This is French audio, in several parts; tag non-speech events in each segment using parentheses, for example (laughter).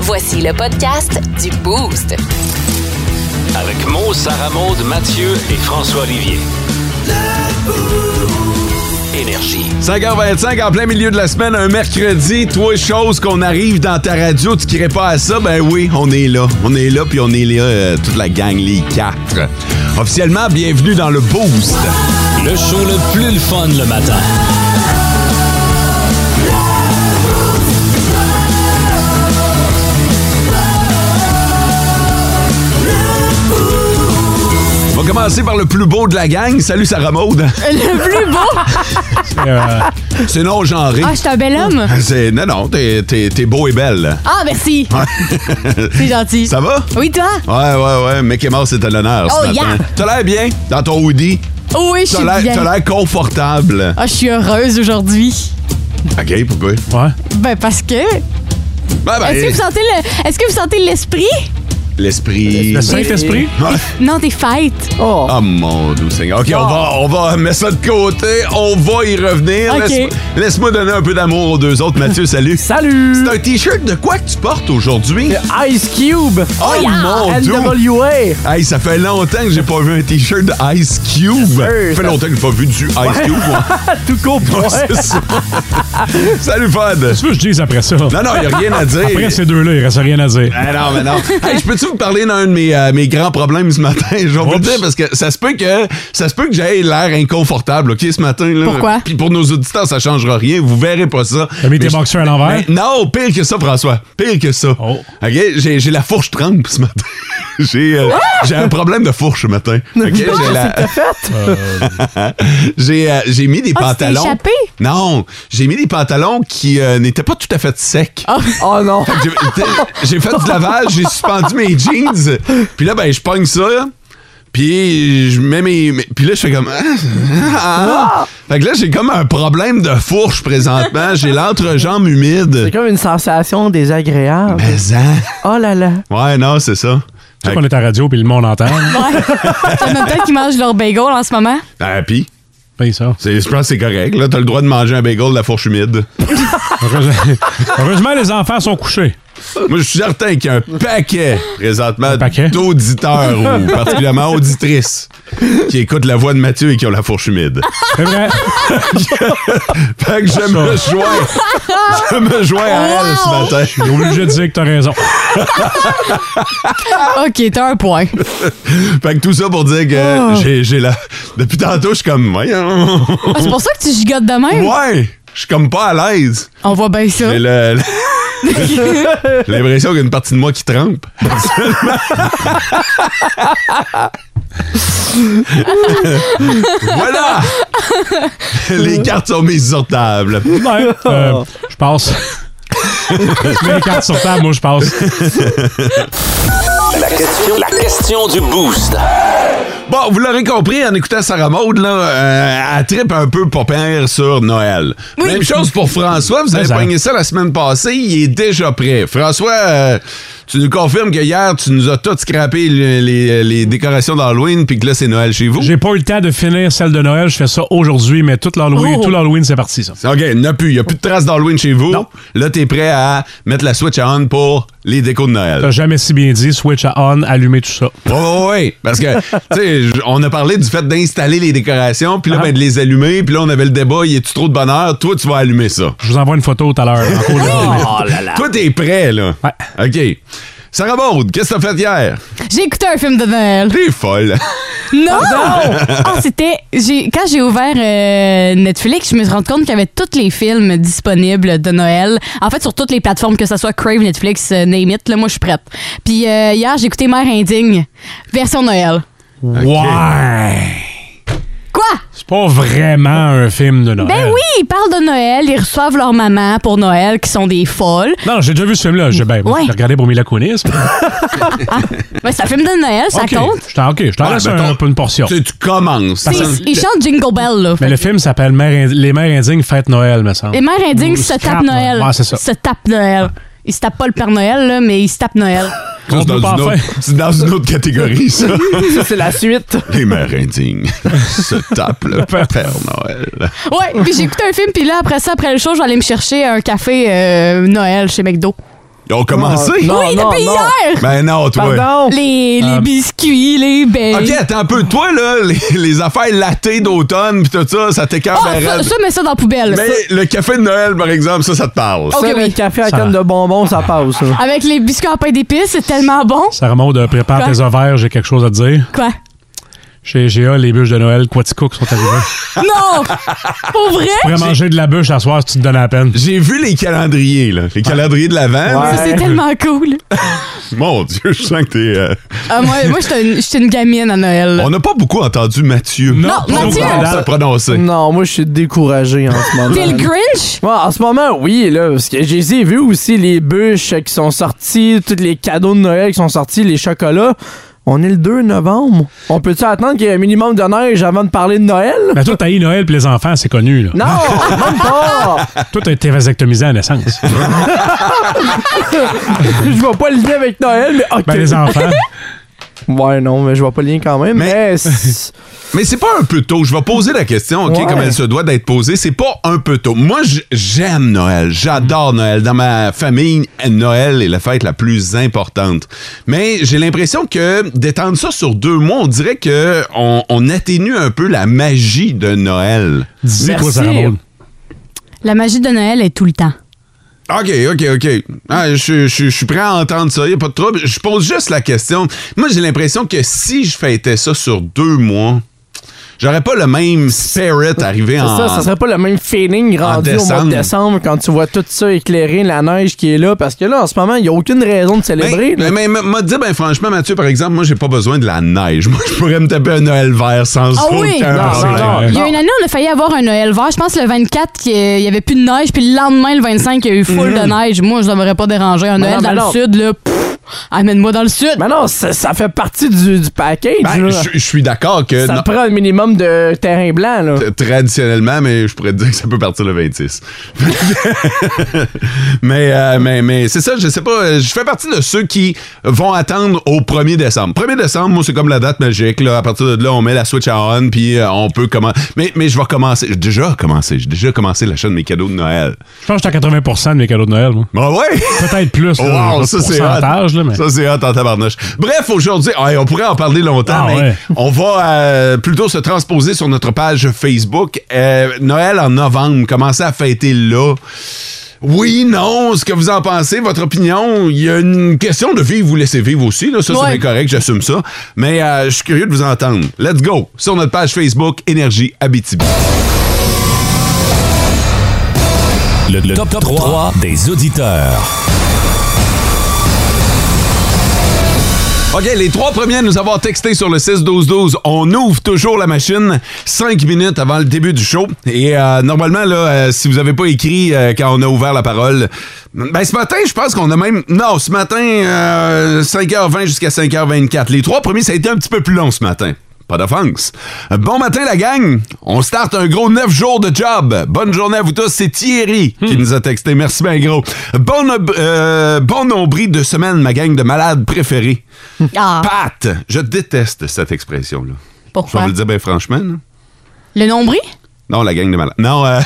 Voici le podcast du Boost. Avec Mo, Sarah Maud, Mathieu et François Olivier. Énergie. 5h25 en plein milieu de la semaine, un mercredi, toi chose qu'on arrive dans ta radio, tu crées pas à ça, ben oui, on est là. On est là puis on est là euh, toute la gang les quatre. Officiellement, bienvenue dans le boost. Le show le plus le fun le matin. On va commencer par le plus beau de la gang. Salut Sarah Maud. Le plus beau! (laughs) C'est non genré. Ah, je suis un bel homme! C'est non non, t'es t'es- t'es beau et belle. Ah, merci! C'est gentil. Ça va? Oui, toi? Ouais, ouais, ouais. Mickey Mouse est à l'honneur ce Oh, matin. yeah! T'as l'air bien dans ton hoodie. Oh oui, je suis T'as l'air- bien. t'as l'air confortable. Ah, je suis heureuse aujourd'hui. OK, pourquoi? Ben, parce que... Ben, ben, Est-ce que vous sentez le... Est-ce que vous sentez l'esprit? l'esprit. Le Saint-Esprit? Ouais. Non, t'es fête. (laughs) Oh! Ah mon doux Seigneur. OK, on, va, on va mettre ça de côté. On va y revenir. OK. Laisse- Laisse-moi donner un peu d'amour aux deux autres. Mathieu, salut. Salut! C'est un T-shirt de quoi que tu portes aujourd'hui? Ice Cube! Oh, mon doux. NWA! Hey, ça fait longtemps que j'ai pas vu un T-shirt de Ice Cube. Ça fait longtemps que j'ai pas vu du Ice Cube. moi. (laughs) Tout court, Ouais, (laughs) c'est ça. (laughs) salut, Fod. Tu veux que je dise après ça? Non, non, il a rien à dire. Après ces deux-là, il reste rien à dire. Ah non, mais non. Hey, je peux-tu vous parler d'un de mes, euh, mes grands problèmes ce matin? (laughs) Je vais vous le Oups. dire parce que ça se peut que ça se peut que j'aie l'air inconfortable, OK, ce matin. Là. Pourquoi? Puis pour (laughs) nos auditeurs, ça changera rien. Vous verrez pas ça. T'as mis tes je- boxeurs à l'envers? Mais non, pire que ça, François. Pire que ça. Oh. OK? J'ai j'ai la fourche trempe ce matin. (laughs) J'ai euh, j'ai un problème de fourche (laughs) ce matin. OK? J'ai la- (laughs) J'ai euh, j'ai mis des Ah, tu t'es pantalons. échappé? Non, j'ai mis des pantalons qui euh, n'étaient pas tout à fait secs. Ah. Oh non! Fait que j'ai- J'ai fait du lavage, (laughs) j'ai suspendu (laughs) mes jeans. Puis là, ben, je pogne ça. Puis je mets mes. mes- Puis là, je fais comme. (laughs) Ah, ah, ah. Fait que là, j'ai comme un problème de fourche présentement. J'ai l'entrejambe C'est humide. comme une sensation désagréable. Ben. Mais hein. Oh là là! Ouais, non, c'est ça. Tu sais Fait qu'on que- est à radio puis le monde entend. Ouais. T'as même peut-être qu'ils mangent leur bagel en ce (laughs) moment. Ah, puis, Paye Ben, ça. c'est- je pense que c'est correct. Là, t'as le droit de manger un bagel de la fourche humide. Heureusement, (laughs) heureusement, les enfants sont couchés. Moi, je suis certain qu'il y a un paquet présentement paquet? d'auditeurs (laughs) ou particulièrement auditrices qui écoutent la voix de Mathieu et qui ont la fourche humide. C'est vrai. (laughs) Fait que je (laughs) me joins. Je me joins à elle ce matin. Je suis obligé de dire que t'as raison. OK, t'as un point. (laughs) Fait que tout ça pour dire que Ah. j'ai, j'ai la. Depuis tantôt, je suis comme. voyons. Ah, c'est pour ça que tu gigotes de même? Ouais! Je suis comme pas à l'aise. On voit bien ça. J'ai le- (laughs) le- l'impression qu'il y a une partie de moi qui trempe. voilà! Les cartes sont mises sur table. Ouais. Euh, je passe. Je mets les cartes sur table, moi, je passe. La question, la question du boost. (laughs) Bon, vous l'aurez compris en écoutant Sarah Maud, là, euh, elle tripe un peu popère sur Noël. Même chose pour François, vous avez Mais ça. pogné ça la semaine passée, il est déjà prêt. François, euh, tu nous confirmes que hier, tu nous as tout scrappé le- les, les décorations d'Halloween, puis que là, c'est Noël chez vous. J'ai pas eu le temps de finir celle de Noël. Je fais ça aujourd'hui, mais toute l'Halloween, Oh. tout l'Halloween, c'est parti, ça. OK, il n'y a plus, il n'y a plus de traces d'Halloween chez vous. Non. Là, t'es prêt à mettre la Switch on pour les décos de Noël. T'as jamais si bien dit, switch à on, allumer tout ça. Oui, oui, oui. Parce (laughs) que, tu sais, j- on a parlé du fait d'installer les décorations, Ah. puis là, ben, de les allumer, puis là, on avait le débat, y a-tu trop de bonheur? Toi, tu vas allumer ça. Je vous envoie une photo tout à l'heure. en cours Oh de journée. (laughs) Toi, t'es prêt, là. Ouais. OK. Sarah Maud, qu'est-ce que t'as fait hier? J'ai écouté un film de Noël. T'es folle. Non! Ah, c'était. j'ai- Quand j'ai ouvert euh, Netflix, je me suis rendu compte qu'il y avait tous les films disponibles de Noël. En fait, sur toutes les plateformes, que ce soit Crave, Netflix, euh, Name It, là, moi, je suis prête. Puis euh, hier, j'ai écouté Mère Indigne, version Noël. Ouais. Quoi? Je C'est pas vraiment un film de Noël. Ben oui, ils parlent de Noël, ils reçoivent leur maman pour Noël, qui sont des folles. Non, j'ai déjà vu ce film-là. J'ai ben, Ouais. j'ai regardé pour Mila Kunis. (laughs) Ouais, c'est un film de Noël, ça Ok, compte. Je t'en, ok, je t'en Ouais, laisse mettons- un, un peu une portion. Ah, ben, Tu, sais, tu commences. Puis Ils, ils chantent Jingle Bell, là. Mais le film s'appelle Mère Indi- Les Mères Indignes Fête Noël, me semble. Les mères indignes Ou se Scrap, tapent Noël. Ouais, c'est ça. Se tapent Noël. Ils se tapent pas le Père Noël, là, mais ils se tapent Noël. Ça, On c'est peut dans, pas une en autre- faire. (laughs) c'est dans une autre catégorie, (laughs) ça. Ça, c'est la suite. Les mères indignes (laughs) se tapent le Père Noël. Ouais, puis j'ai écouté un film, puis là, après ça, après le show, je vais aller me chercher un café euh, Noël chez McDo. Ils ont commencé? Ah, Non, oui, non, depuis non. hier! Ben non, toi. Pardon. Les, les Euh, biscuits, les belles. Ok, attends un peu. Toi, là, les, les affaires latées d'automne pis tout ça, ça t'écarte Ah, ben ça, raide. ça, mets ça dans la poubelle. Mais le café de Noël, par exemple, ça, ça te parle. Ok, Seul oui. un café à Ça canne va. de bonbons, ça passe. là. Avec les biscuits en pain d'épices, c'est tellement bon. Ça remonte de Prépare Quoi? tes ovaires, j'ai quelque chose à te dire. Quoi? Chez GA, les bûches de Noël Quaticook sont arrivées. Non! Pour Ah, vrai? Tu pourrais manger de la bûche à soir si tu te donnes la peine. J'ai vu les calendriers, là. Les calendriers de l'Avent. Ouais. Ça, c'est tellement cool. Mon Dieu, je sens que t'es. euh, Ah, moi, moi j'étais une, j'étais une gamine à Noël. là. (laughs) On n'a pas beaucoup entendu Mathieu. Non, Non, Mathieu! On s'est prononcé. Non, moi, je suis découragé en ce moment. T'es le Grinch? Ouais, en ce moment, oui, là, parce que j'ai j'ai vu aussi les bûches euh, qui sont sorties, tous les cadeaux de Noël qui sont sortis, les chocolats. On est le 2 novembre. On peut-tu attendre qu'il y ait un minimum de neige avant de parler de Noël? Mais Ben, toi, t'as eu Noël puis les enfants, c'est connu. Là. (laughs) Non, même pas! (laughs) Toi, t'as été vasectomisé à la (laughs) naissance. Je vois pas le lien avec Noël, mais ok. ben, les enfants. Ouais, non, mais je vois pas le lien quand même. Mais- Mais, (laughs) c'est- Mais c'est pas un peu tôt. Je vais poser la question, OK, Ouais. comme elle se doit d'être posée. C'est pas un peu tôt. Moi, j- j'aime Noël. J'adore Mm. Noël. Dans ma famille, Noël est la fête la plus importante. Mais j'ai l'impression que d'étendre ça sur deux mois, on dirait que on, on atténue un peu la magie de Noël. Dis-toi, Sarah Merci. Maud. La magie de Noël est tout le temps. OK, OK, OK. Ah, je, je- je suis prêt à entendre ça, il a pas de trouble. Je pose juste la question. Moi, j'ai l'impression que si je fêtais ça sur deux mois, j'aurais pas le même spirit arrivé c'est en... ça, ça serait pas le même feeling En rendu au mois décembre. de décembre quand tu vois tout ça éclairer, la neige qui est là, parce que là, en ce moment, il n'y a aucune raison de célébrer. là. Ben, mais m'a dit, ben franchement, Mathieu, par exemple, moi, j'ai pas besoin de la neige. (laughs) Moi, je pourrais me taper un Noël vert sans Ah aucun oui? Non, non, problème. non. Il y a une année, on a failli avoir un Noël vert. Je pense le 24, qu'il y a- il y avait plus de neige, puis le lendemain, le 25, il y a eu full Mhm. de neige. Moi, je n'aurais pas dérangé. Un Mais Noël Bah non, dans mais le non. sud, là, pff, amène-moi dans le sud. Mais non, ça, ça fait partie du, du package. Ben, là. je je suis d'accord que Ça non, prend un minimum de terrain blanc. Là. t- traditionnellement, mais je pourrais te dire que ça peut partir le 26. (laughs) mais euh, mais, mais c'est ça, je sais pas. euh, Je fais partie de ceux qui vont attendre au 1er décembre. 1er décembre, moi, c'est comme la date magique. Là. À partir de là, on met la switch à on, puis euh, on peut commencer. Mais, mais je vais recommencer. J'ai déjà commencé. J'ai déjà commencé l'achat de mes cadeaux de Noël. Je pense que j'étais à 80 de mes cadeaux de Noël. moi. Ben ouais! Peut-être plus. là, Wow, le ça c'est pourcentage, hot. là, mais... Ça c'est hot en tabarnouche. Bref, aujourd'hui, ouais, on pourrait en parler Ah, longtemps, mais ouais. on va euh, plutôt se transposer sur notre page Facebook. Euh, Noël en novembre, commencer à fêter là. Oui, non, ce que vous en pensez, votre opinion, il y a une question de vivre ou laisser vivre aussi. Là. Ça, c'est Ouais. bien correct, j'assume ça. Mais euh, je suis curieux de vous entendre. Let's go sur notre page Facebook Énergie Abitibi. Le, le top, 3, des auditeurs. OK, les trois premiers à nous avoir texté sur le 6-12-12, on ouvre toujours la machine cinq minutes avant le début du show. Et euh, normalement, là, euh, si vous avez pas écrit euh, quand on a ouvert la parole, ben ce matin, je pense qu'on a même... Non, ce matin, euh, 5h20 jusqu'à 5h24. Les trois premiers, ça a été un petit peu plus long ce matin. Pas d'offense. Bon matin, la gang. On starte un gros 9 jours de job. Bonne journée à vous tous. C'est Thierry qui nous a texté. Merci, ben gros. Bon, ob- euh, bon nombril de semaine, ma gang de malades préférés. Ah, Pat! Je déteste cette expression-là. Je vais pourquoi? vous le dire bien franchement. là. Le nombril? Non, la gang de malades. Non, euh...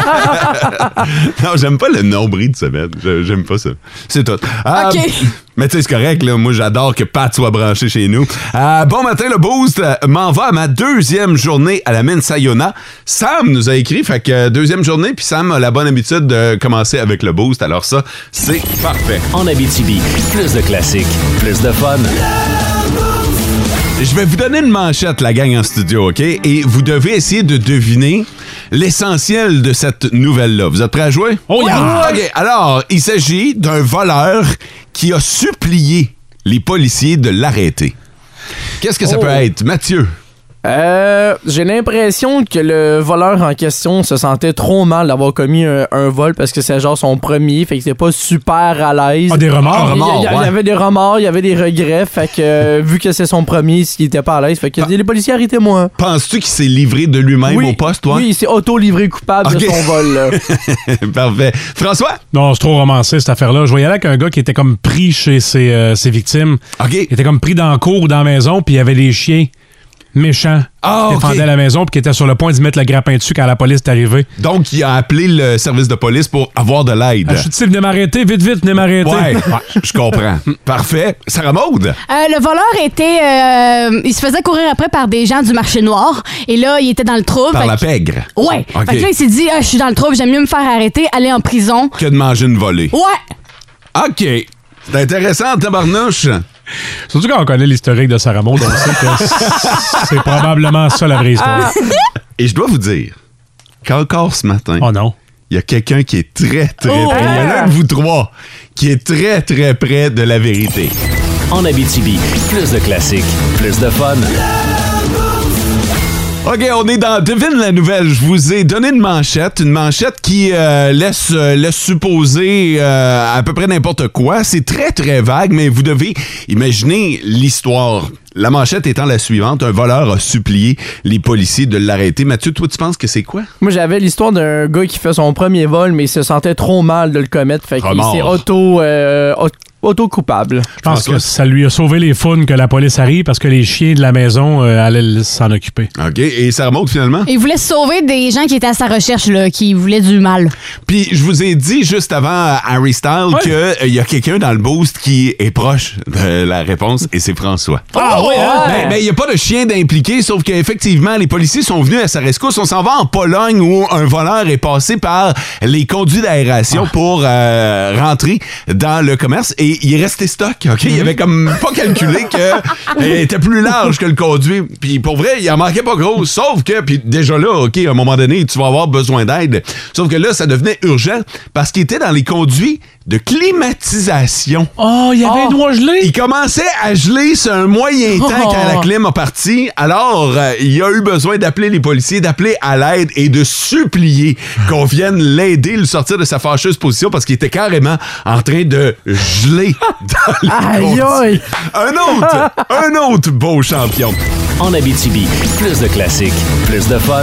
(laughs) non, j'aime pas le nombril de semaine. Je- J'aime pas ça. C'est tout. Euh, Ok. Mais tu sais, c'est correct. Là. Moi, j'adore que Pat soit branché chez nous. Euh, bon matin, le boost. Euh, M'en va à ma deuxième journée à la mine Sayona. Sam nous a écrit, fait que euh, deuxième journée, puis Sam a la bonne habitude de commencer avec le boost. Alors ça, c'est parfait. En Abitibi, plus de classiques, plus de fun. Je vais vous donner une manchette, la gang en studio, OK? Et vous devez essayer de deviner l'essentiel de cette nouvelle-là. Vous êtes prêts à jouer? Oh yeah! OK, alors, il s'agit d'un voleur qui a supplié les policiers de l'arrêter. Qu'est-ce que ça Oh. peut être? Mathieu, Euh, J'ai l'impression que le voleur en question se sentait trop mal d'avoir commis un, un vol parce que c'est genre son premier, fait qu'il était pas super à l'aise. Ah, des remords? Il y a- remords, il y, a- il y ouais. avait des remords, il y avait des regrets, fait que euh, vu que c'est son premier, il était pas à l'aise, fait qu'il a dit les policiers arrêtez-moi. Penses-tu qu'il s'est livré de lui-même Bah. au poste, toi? Oui, il s'est auto-livré coupable Ok. de son vol. là. (laughs) Parfait. François? Non, c'est trop romancé, cette affaire-là. Je voyais là avec un gars qui était comme pris chez ses, euh, ses victimes. OK. Il était comme pris dans la cour ou dans la maison, puis il y avait des chiens méchants Ah, qui ok. défendaient la maison, puis qui étaient sur le point d'y mettre le grappin dessus quand la police est arrivée. Donc, il a appelé le service de police pour avoir de l'aide. Ah, je suis dit, venez m'arrêter, vite, vite, venez m'arrêter. Ouais, je comprends. Parfait. Sarah Maude? Euh, le voleur était. euh, il se faisait courir après par des gens du marché noir. Et là, il était dans le trouble. Oh, Par Fait la que- pègre. Ouais. OK. Fait que là, il s'est dit Ah, Je suis dans le trouble, j'aime mieux me faire arrêter, aller en prison. Que de manger une volée. Ouais. OK. C'est intéressant, tabarnouche. Surtout quand on connaît l'historique de Sarah Maud, on sait (laughs) que c'est probablement ça la vraie Ah. histoire. Et je dois vous dire qu'encore ce matin, Oh non. il y a quelqu'un qui est très, très Oh! près. Il y en a un de vous trois qui est très, très près de la vérité. En Abitibi, plus de classiques, plus de fun. OK, on est dans Devine la nouvelle. Je vous ai donné une manchette, une manchette qui euh, laisse, euh, laisse supposer euh, à peu près n'importe quoi. C'est très, très vague, mais vous devez imaginer l'histoire. La manchette étant la suivante, un voleur a supplié les policiers de l'arrêter. Mathieu, toi, tu penses que c'est quoi? Moi, j'avais l'histoire d'un gars qui fait son premier vol, mais il se sentait trop mal de le commettre, fait qu'il Remords. s'est auto, euh, au- auto-coupable. Je pense François. que ça lui a sauvé les faunes que la police arrive parce que les chiens de la maison euh, allaient l- s'en occuper. OK, et ça remonte finalement? Il voulait sauver des gens qui étaient à sa recherche, là, qui voulaient du mal. Puis je vous ai dit juste avant euh, Harry Styles Ouais. qu'il y a quelqu'un dans le boost qui est proche de la réponse et c'est François. Oh, Ah oui, hein? Mais il n'y a pas de chien d'impliqué, sauf qu'effectivement, les policiers sont venus à sa rescousse. On s'en va en Pologne où un voleur est passé par les conduits d'aération Ah. pour euh, rentrer dans le commerce et il est resté stock. OK? Mm-hmm. Il avait comme pas calculé (laughs) qu'il était plus large que le conduit. Puis pour vrai, il en manquait pas gros. Sauf que, puis déjà là, OK, à un moment donné, tu vas avoir besoin d'aide. Sauf que là, ça devenait urgent parce qu'il était dans les conduits de climatisation. Ah. Oh, il y avait Oh. une noix gelée! Il commençait à geler sur un moyen temps Oh. quand la clim a parti. Alors, euh, il a eu besoin d'appeler les policiers, d'appeler à l'aide et de supplier qu'on vienne l'aider, le sortir de sa fâcheuse position parce qu'il était carrément en train de geler dans les Aïe, conduits. aïe. Un autre, un autre beau champion. En Abitibi, plus de classiques, plus de fun.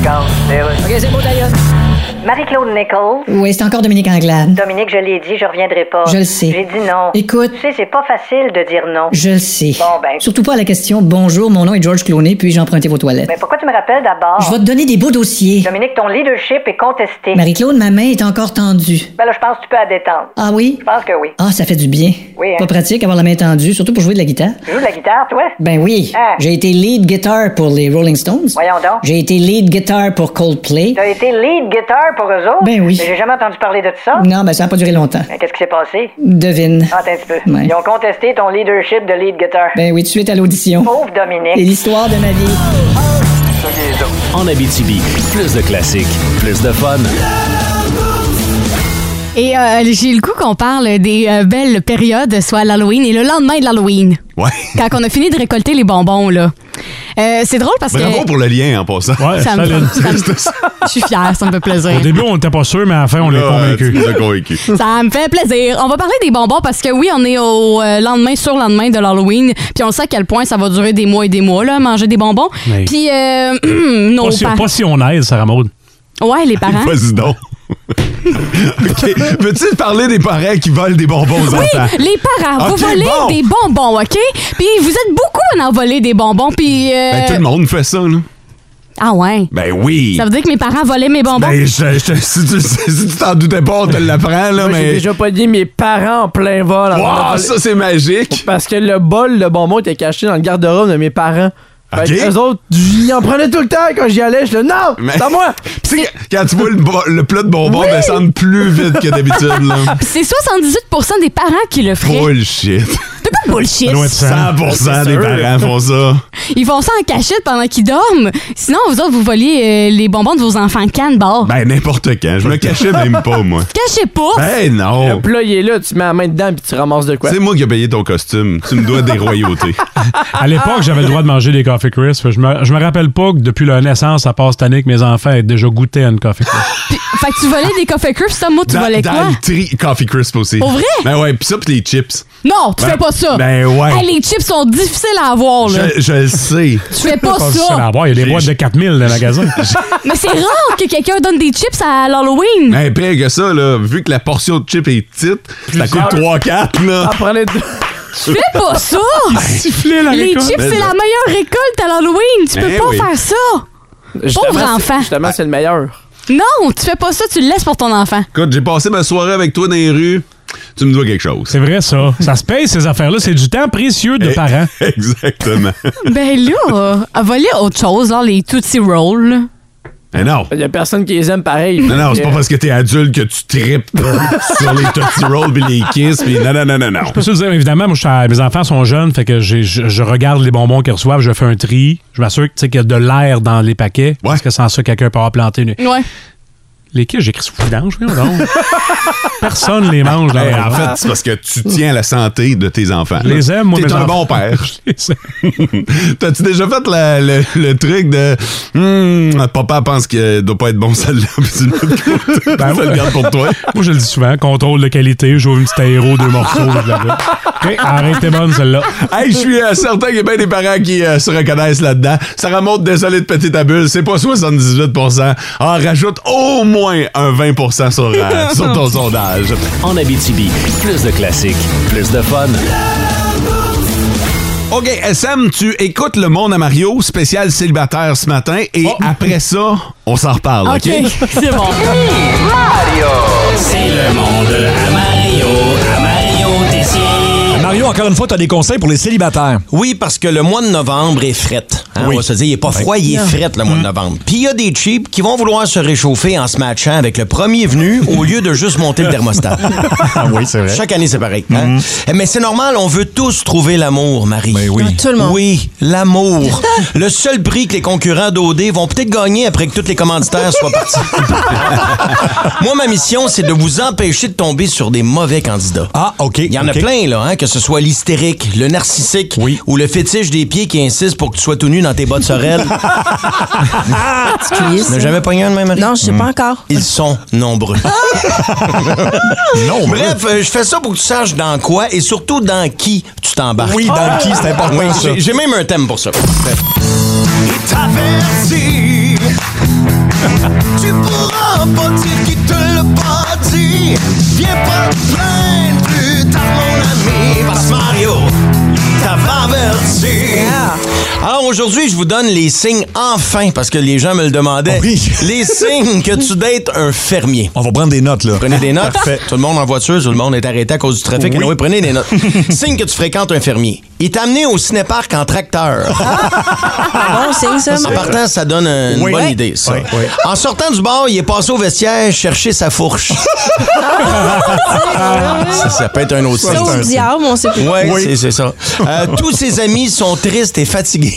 ben, (laughs) Marie-Claude Nichols. Oui, c'est encore Dominique Anglade. Dominique, je l'ai dit, je reviendrai pas. Je le sais. J'ai dit non. Écoute. Tu sais, c'est pas facile de dire non. Je le sais. Bon, ben. Surtout pas à la question Bonjour, mon nom est George Clooney, puis j'ai emprunté vos toilettes. Mais pourquoi tu me rappelles d'abord? Je vais te donner des beaux dossiers. Dominique, ton leadership est contesté. Marie-Claude, ma main est encore tendue. Ben là, je pense que tu peux la détendre. Ah oui? Je pense que oui. Ah, ça fait du bien. Oui, hein. Pas pratique avoir la main tendue, surtout pour jouer de la guitare. Tu joues de la guitare, toi? Ben oui. Ah. J'ai été lead guitar pour les Rolling Stones. Voyons donc. J'ai été lead guitar pour Coldplay. T'as été lead guitar pour eux autres? Ben oui. Mais J'ai jamais entendu parler de tout ça. Non, ben ça n'a pas duré longtemps. Ben, Qu'est-ce qui s'est passé? Ah, Devine. Attends un petit peu. Ouais. Ils ont contesté ton leadership de lead guitar. Ben oui, tout de suite à l'audition. Pauvre Dominique. C'est l'histoire de ma vie. En Abitibi, plus de classiques, plus de fun. Et euh, j'ai le goût qu'on parle des euh, belles périodes, soit l'Halloween et le lendemain de l'Halloween. Ouais. Quand on a fini de récolter les bonbons, là. Euh, c'est drôle parce Bravo que. pour le lien en passant. Ouais, ça me, solide. ça me- (laughs) je suis fière, ça me fait plaisir. Au début, on n'était pas sûr, mais à la fin, on l'a Là, tu convaincu. nous as convaincus. Ça me fait plaisir. On va parler des bonbons parce que oui, on est au euh, lendemain sur lendemain de l'Halloween, puis on sait à quel point ça va durer des mois et des mois là, manger des bonbons. Mais- Puis euh, (clears throat) (clears throat) nos Pas si, parents, pas si on aide, Sarah Maud. ouais, les parents. Vas-y donc. OK. Veux-tu parler des parents qui volent des bonbons aux enfants? Les parents, vous Ok, volez bon. des bonbons, OK? Puis vous êtes beaucoup à en voler des bonbons, puis... euh, Ben, tout le Ben, monde fait ça, là. Ah ouais. Ben oui. Ça veut dire que mes parents volaient mes bonbons. Ben, je- je- si tu si tu t'en doutais pas, on te l'apprend, là, Moi, j'ai mais. déjà pogné mes parents en plein vol. en train Wow, de- ça, c'est magique. Parce que le bol de bonbons était caché dans le garde-robe de mes parents. Fait Ok. que eux autres, ils en prenaient tout le temps quand j'y allais. Je le non, Mais- c'est à moi. (laughs) Tu sais, quand tu vois le, bo- le plat de bonbons descendre plus vite que d'habitude, là. Puis (laughs) c'est 78 des parents qui le feraient. Bullshit. C'est pas bullshit. Loin de ça. 100% des sûr. parents font ça. Ils font ça en cachette pendant qu'ils dorment. Sinon, vous autres, vous voliez euh, les bonbons de vos enfants canne barre. Ben, n'importe quand. Je me cachais même pas, moi. Cachez pas. Ben, non. Le plat, il est là, tu mets la main dedans puis tu ramasses de quoi. C'est moi qui ai payé ton costume. Tu me dois (laughs) des royautés. À l'époque, j'avais le droit de manger des Coffee Crisp. Je me, je me rappelle pas que depuis leur naissance, à part cette année, que mes enfants aient déjà goûté à une Coffee Crisp. Fait que tu volais des coffee crisps, ça, moi, Ah, tu dans volais dans quoi? le tri Coffee Crisp aussi. Pour vrai? Ben ouais, pis ça, pis les chips. Non, tu Ben- fais pas ça. ben ouais. Hey, les chips sont difficiles à avoir, là. Je, je le sais. Tu fais pas Pas difficile à ça. avoir. Il y a des J'ai- boîtes de 4000 dans le (laughs) magasin. Mais c'est rare que quelqu'un donne des chips à l'Halloween. Ben, pire que ça, là, vu que la portion de chips est petite, ça coûte 3-4, là. Ah, prenez deux. Tu fais pas ça. (laughs) Siffler la Les récolte. chips, Ben, c'est la meilleure récolte à l'Halloween. Tu peux Ben pas oui. faire ça. Justement, c'est- enfant. Justement, c'est le meilleur. Non, tu fais pas ça, tu le laisses pour ton enfant. Écoute, j'ai passé ma soirée avec toi dans les rues. Tu me dois quelque chose. C'est vrai, ça. Ça se paye, ces affaires-là. C'est du temps précieux de parents. Eh, (laughs) Exactement. Ben là, à voler autre chose, là, les Tootsie Rolls. Mais non. Il y a personne qui les aime pareil. Non, non, c'est Fait pas que- parce que t'es adulte que tu tripes (laughs) sur les Tootsie Rolls pis les Kiss pis non, non, non, non, non. Je peux te dire, évidemment, moi, je suis à- mes enfants sont jeunes, fait que j'ai- je, je regarde les bonbons qu'ils reçoivent, je fais un tri, je m'assure que, tu sais, qu'il y a de l'air dans les paquets, parce que sans ça, quelqu'un peut avoir planté une... Ouais. Les kids, j'écris sous vidange, voyons donc. (laughs) Personne les mange. Là, Ben, en fait, c'est parce que tu tiens à la santé de tes enfants. Je les aime, moi, T'es mes un (laughs) enfants. bon père. Je les aime. (laughs) T'as-tu déjà fait la- le, le truc de Hmm, papa pense que doit pas être bon celle-là, (laughs) puis tu le mets de côté, (laughs) Ben tu le ouais. gardes pour toi. Moi, je le dis souvent, contrôle de qualité, j'ouvre une petite aéro, deux morceaux, je la veux. Ok, arrêtez bonne, celle-là. Hey, je suis euh, certain qu'il y a bien des parents qui euh, se reconnaissent là-dedans. Ça remonte désolé de petite abuse, c'est pas 78%. Ah, rajoute au moins un 20% sur, (laughs) euh, sur (laughs) ton sondage. En Abitibi, plus de classiques, plus de fun. OK, SM, tu écoutes Le Monde à Mario, spécial célibataire ce matin, et Oh. après ça, on s'en reparle, OK? c'est bon. C'est le monde à Mario, à Mario Mario, encore une fois, tu as des conseils pour les célibataires. Oui, parce que le mois de novembre est fret. hein, On va se dire, il est pas froid, il est fret le mois Mm. de novembre. Puis il y a des cheap qui vont vouloir se réchauffer en se matchant avec le premier venu (laughs) au lieu de juste monter le thermostat. Ah oui, c'est vrai. Mm-hmm. Chaque année, c'est pareil. hein. Mais c'est normal, on veut tous trouver l'amour, Marie. oui. Ah, tout le monde. Oui, l'amour. le seul prix que les concurrents d'OD vont peut-être gagner après que tous les commanditaires soient partis. (laughs) Moi, ma mission, c'est de vous empêcher de tomber sur des mauvais candidats. Ah, OK. Il y en a plein, là, hein, que ce soit l'hystérique, le narcissique Oui. ou le fétiche des pieds qui insiste pour que tu sois tout nu dans tes bottes (laughs) sorel. Tu n'as jamais pogné un de même, Marie? je sais pas Hmm. encore. Ils sont nombreux. Non, mais Bref, euh, je fais ça pour que tu saches dans quoi et surtout dans qui tu t'embarques. Oui, dans qui, c'est important, Oui, ça. j'ai- J'ai même un thème pour ça. Tu pourras pas dire qui te l'a pas dit. Viens pas te plaindre plus tard, mon ami. Parce que Mario, t'as pas averti. Alors aujourd'hui, je vous donne les signes enfin, parce que les gens me le demandaient. Oui. (laughs) Les signes que tu dates un fermier. On va prendre des notes, là. Prenez des notes. Parfait. Tout le monde en voiture, tout le monde est arrêté à cause du trafic. Anyway, (laughs) prenez des notes. Signe que tu fréquentes un fermier. Il t'a amené au cinéparc en tracteur. Ah, Bon signe, Ah, ça. en partant, ça donne un- une Oui. bonne Ouais. idée, ça. Ouais, ouais. En sortant du bar, il est passé au vestiaire chercher sa fourche. ça, ça peut être un autre Ah, Ça ou signe. le diable, on sait plus. Ouais, (laughs) c'est- c'est ça. (laughs) Euh, tous ses amis sont tristes et fatigués.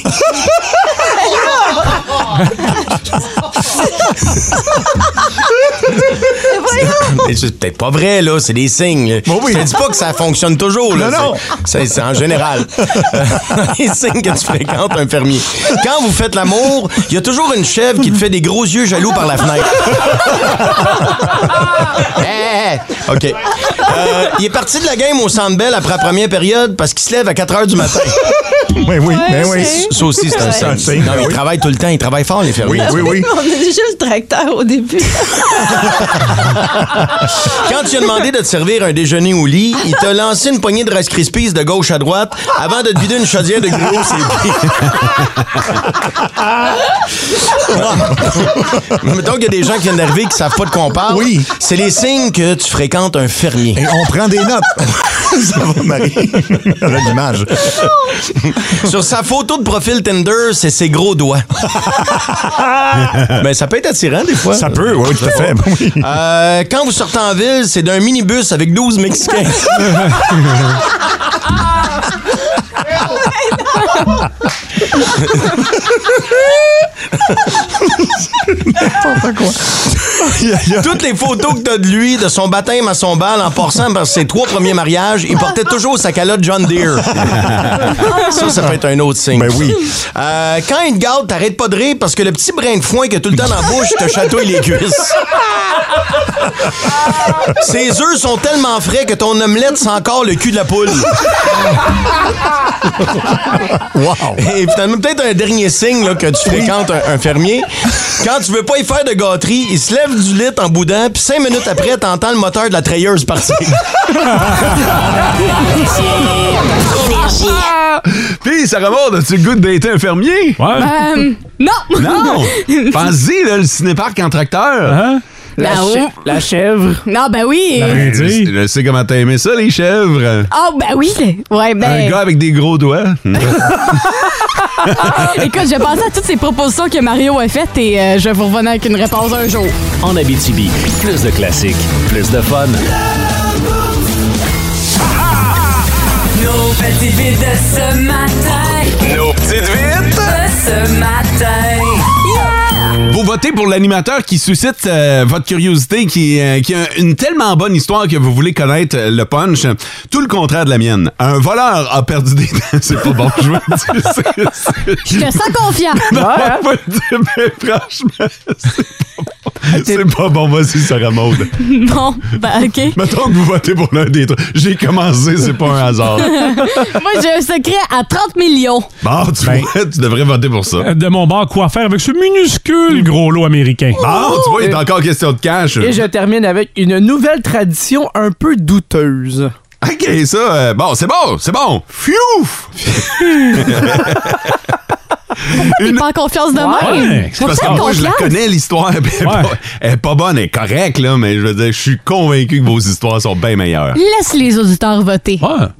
(laughs) Mais c'est peut-être pas vrai, là. C'est des signes. là. Bah Bon, oui. Je te dis pas que ça fonctionne toujours, là. Non, non. C'est c'est- c'est en (laughs) général. Euh, les signes que tu fréquentes un fermier. Quand vous faites l'amour, il y a toujours une chèvre qui te fait des gros yeux jaloux par la fenêtre. (laughs) Eh, OK. (laughs) Euh, il est parti de la game au Centre Bell après la première période parce qu'il se lève à 4 h du matin. Mais oui, mais Ben oui. c'est- Ça aussi, c'est un C'est un signe. signe, ben Non, mais oui. ils travaillent tout le temps, ils travaillent fort, les fermiers. On a déjà le tracteur au (laughs) début. Quand tu as demandé de te servir un déjeuner au lit, il t'a lancé une poignée de Rice Krispies de gauche à droite avant de te vider une chaudière de gruau, c'est Mais Mettons qu'il y a des gens qui viennent d'arriver qui savent pas de quoi on parle. Oui. C'est les signes que tu fréquentes un fermier. Et on prend des notes. Ça va, Marie. Elle a l'image. Sur sa photo de profil Tinder, c'est ses gros doigts. Mais ça peut être attirant des fois. Ça peut, oui, tout à fait, Euh, quand vous sortez en ville, c'est d'un minibus avec 12 Mexicains. N'importe quoi. Toutes les photos que t'as de lui, de son baptême à son bal, en passant par ses trois premiers mariages, il portait toujours sa calotte John Deere. Ça, ça peut être un autre signe. Ben oui. quand il te garde, t'arrêtes pas de rire parce que le petit brin de foin que tout le temps dans la bouche te chatouille les cuisses. Ses œufs sont tellement frais que ton omelette sent encore le cul de la poule. Wow. Et finalement, peut-être un dernier signe là, que tu fréquentes un, un fermier. Quand tu veux pas y faire de gâterie, il se lève du lit en boudin, puis cinq minutes après, t'entends le moteur de la treilleuse partir. Puis, ça remonte, as-tu le goût de dater un fermier? Euh, non! Non! (laughs) Pense-y, là, le cinéparc en tracteur. La Ben, chè- oh. la chèvre. Non, ben oui. Je sais comment t'as aimé ça, les chèvres. Ah, ben oui. Ouais, Un ben. gars avec des gros doigts. (laughs) Écoute, je pensais à toutes ces propositions que Mario a faites et euh, je vais vous revenir avec une réponse un jour. En Abitibi, plus de classiques, plus de fun. Nos petites vites de ce matin. Nos petites vites de ce matin. Vous votez pour l'animateur qui suscite euh, votre curiosité, qui, euh, qui a une tellement bonne histoire que vous voulez connaître euh, le punch. Tout le contraire de la mienne. Un voleur a perdu des dents. (laughs) C'est pas bon, je veux dire. (laughs) c'est- c'est- Je te sens confiant. Non, hein? on va le dire, (laughs) mais franchement, Ah, c'est pas bon. C'est pas bon, vas-y, Sarah Maud. (laughs) Bon, ben, OK. Mettons que vous votez pour l'un des trois. J'ai commencé, c'est pas (laughs) un hasard. Moi, j'ai un secret à 30 millions. Bon, tu Ben, vois, tu devrais voter pour euh, ça. De mon bord, quoi faire avec ce minuscule gros lot américain? Ah, tu vois, il est encore question de cash. euh, Et je termine avec une nouvelle tradition un peu douteuse. OK, ça, euh, bon, c'est bon, c'est bon. Fiouf! T'es pas en confiance de Ah, Ouais. moi. C'est parce que moi, je la connais, l'histoire. puis Elle, est pas- elle est pas bonne, elle est correcte, là, mais je veux dire, je suis convaincu que vos histoires sont bien meilleures. Laisse les auditeurs voter.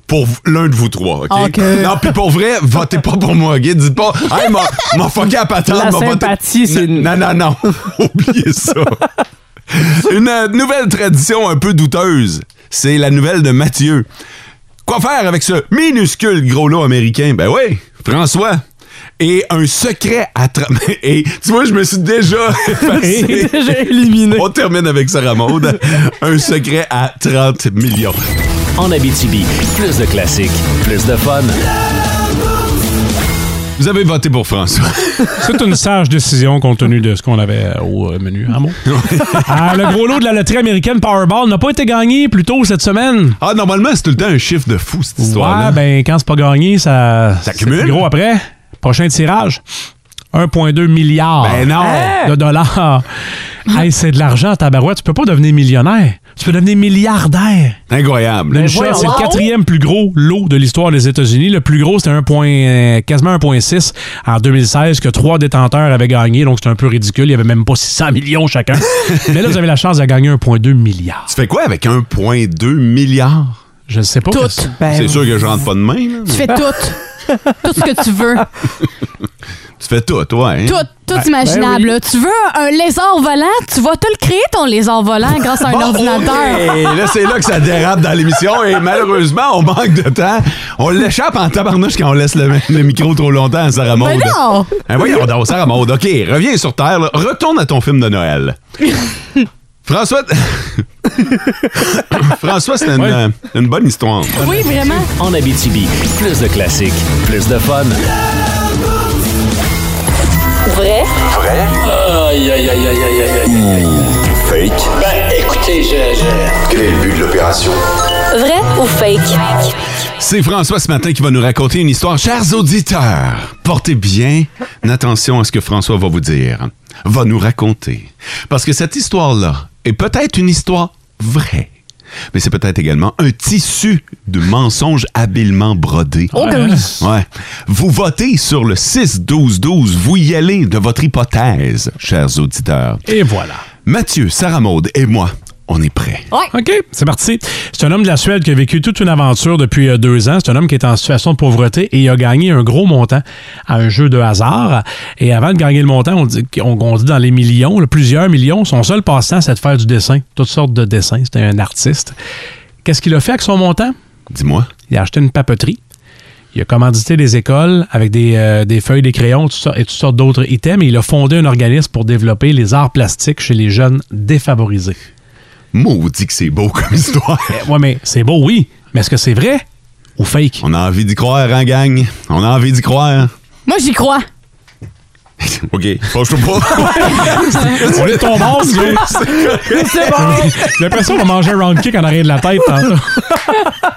Pour v- l'un de vous trois, OK? OK. Non, puis pour vrai, votez pas pour moi, OK? Dites pas, hey, m'a, m'a fucké à patente, La m'a voté- sympathie, c'est une- Non, non, (laughs) non. Oubliez ça. Une euh, nouvelle tradition un peu douteuse, c'est la nouvelle de Mathieu. Quoi faire avec ce minuscule gros lot américain? Ben oui, François. Et un secret à... tra- (laughs) Et tu vois, je me suis déjà (laughs) effacé. déjà éliminé. On termine avec (laughs) Sarah Maud. Un secret à 30 millions. En Abitibi, plus de classiques, plus de fun. Vous avez voté pour François. C'est une sage décision compte tenu de ce qu'on avait au euh, menu. en mots. Ah, le gros lot de la loterie américaine Powerball n'a pas été gagné plus tôt cette semaine. Ah, normalement, c'est tout le temps un chiffre de fou, cette histoire-là. Ouais, ben quand c'est pas gagné, ça, Ça c'est cumule. plus gros après. Prochain tirage, 1,2 milliard Ben non. de dollars. Hey, c'est de l'argent, tabarouette. Tu peux pas devenir millionnaire. Tu peux devenir milliardaire. Incroyable. Une shot, c'est le quatrième plus gros lot de l'histoire des États-Unis. Le plus gros, c'était un point, euh, quasiment 1,6 en 2016 que trois détenteurs avaient gagné. Donc, c'était un peu ridicule. Il n'y avait même pas 600 millions (laughs) chacun. Mais là, vous avez la chance de gagner 1,2 milliard. Tu fais quoi avec 1,2 milliard? Je sais pas. Tout. Ben, c'est sûr que je rentre pas de main. là. Tu fais tout. tout ce que tu veux. Tu fais tout, toi. Hein? ben Tout, tout imaginable. là. Tu veux un lézard volant? Tu vas te le créer, ton lézard volant, grâce à un ordinateur. Et là, c'est là que ça dérape dans l'émission et malheureusement, on manque de temps. On l'échappe en tabarnouche quand on laisse le, le micro trop longtemps à Sarah Maud. Ben non! Hein, voyons donc, Sarah Maud. OK, reviens sur Terre. là. Retourne à ton film de Noël. François... (laughs) François, c'est une, Ouais. euh, une bonne histoire. Oui, vraiment. En Abitibi, plus de classiques, plus de fun. Vrai? Vrai? Aïe, aïe, aïe, aïe, aïe, aïe, aïe. Fake? Ben, écoutez, je... Quel est le but de l'opération Vrai ou fake? C'est François ce matin qui va nous raconter une histoire. Chers auditeurs, portez bien attention à ce que François va vous dire, va nous raconter. Parce que cette histoire-là est peut-être une histoire vraie, mais c'est peut-être également un tissu de mensonges habilement brodés. Oh que oui. Ouais. Vous votez sur le 6-12-12. Vous y allez de votre hypothèse, chers auditeurs. Et voilà. Mathieu, Sarah Maude et moi, on est prêts. OK, c'est parti. C'est un homme de la Suède qui a vécu toute une aventure depuis euh, deux ans. C'est un homme qui est en situation de pauvreté et il a gagné un gros montant à un jeu de hasard. Et avant de gagner le montant, on dit, on, on dit dans les millions, là, plusieurs millions, son seul passe-temps, c'est de faire du dessin, toutes sortes de dessins. C'était un artiste. Qu'est-ce qu'il a fait avec son montant? Dis-moi. Il a acheté une papeterie. Il a commandité des écoles avec des, euh, des feuilles, des crayons tout ça- et toutes sortes d'autres items. Et il a fondé un organisme pour développer les arts plastiques chez les jeunes défavorisés. Maudit que c'est beau comme histoire. Eh, ouais, mais c'est beau, oui. Mais est-ce que c'est vrai ou fake? On a envie d'y croire, hein, gang? On a envie d'y croire. (laughs) Moi, j'y crois. OK, fâche-toi (laughs) pas. On est tombé en Dieu. C'est bon. (laughs) J'ai l'impression qu'on mangeait un round kick en arrière de la tête hein. tantôt.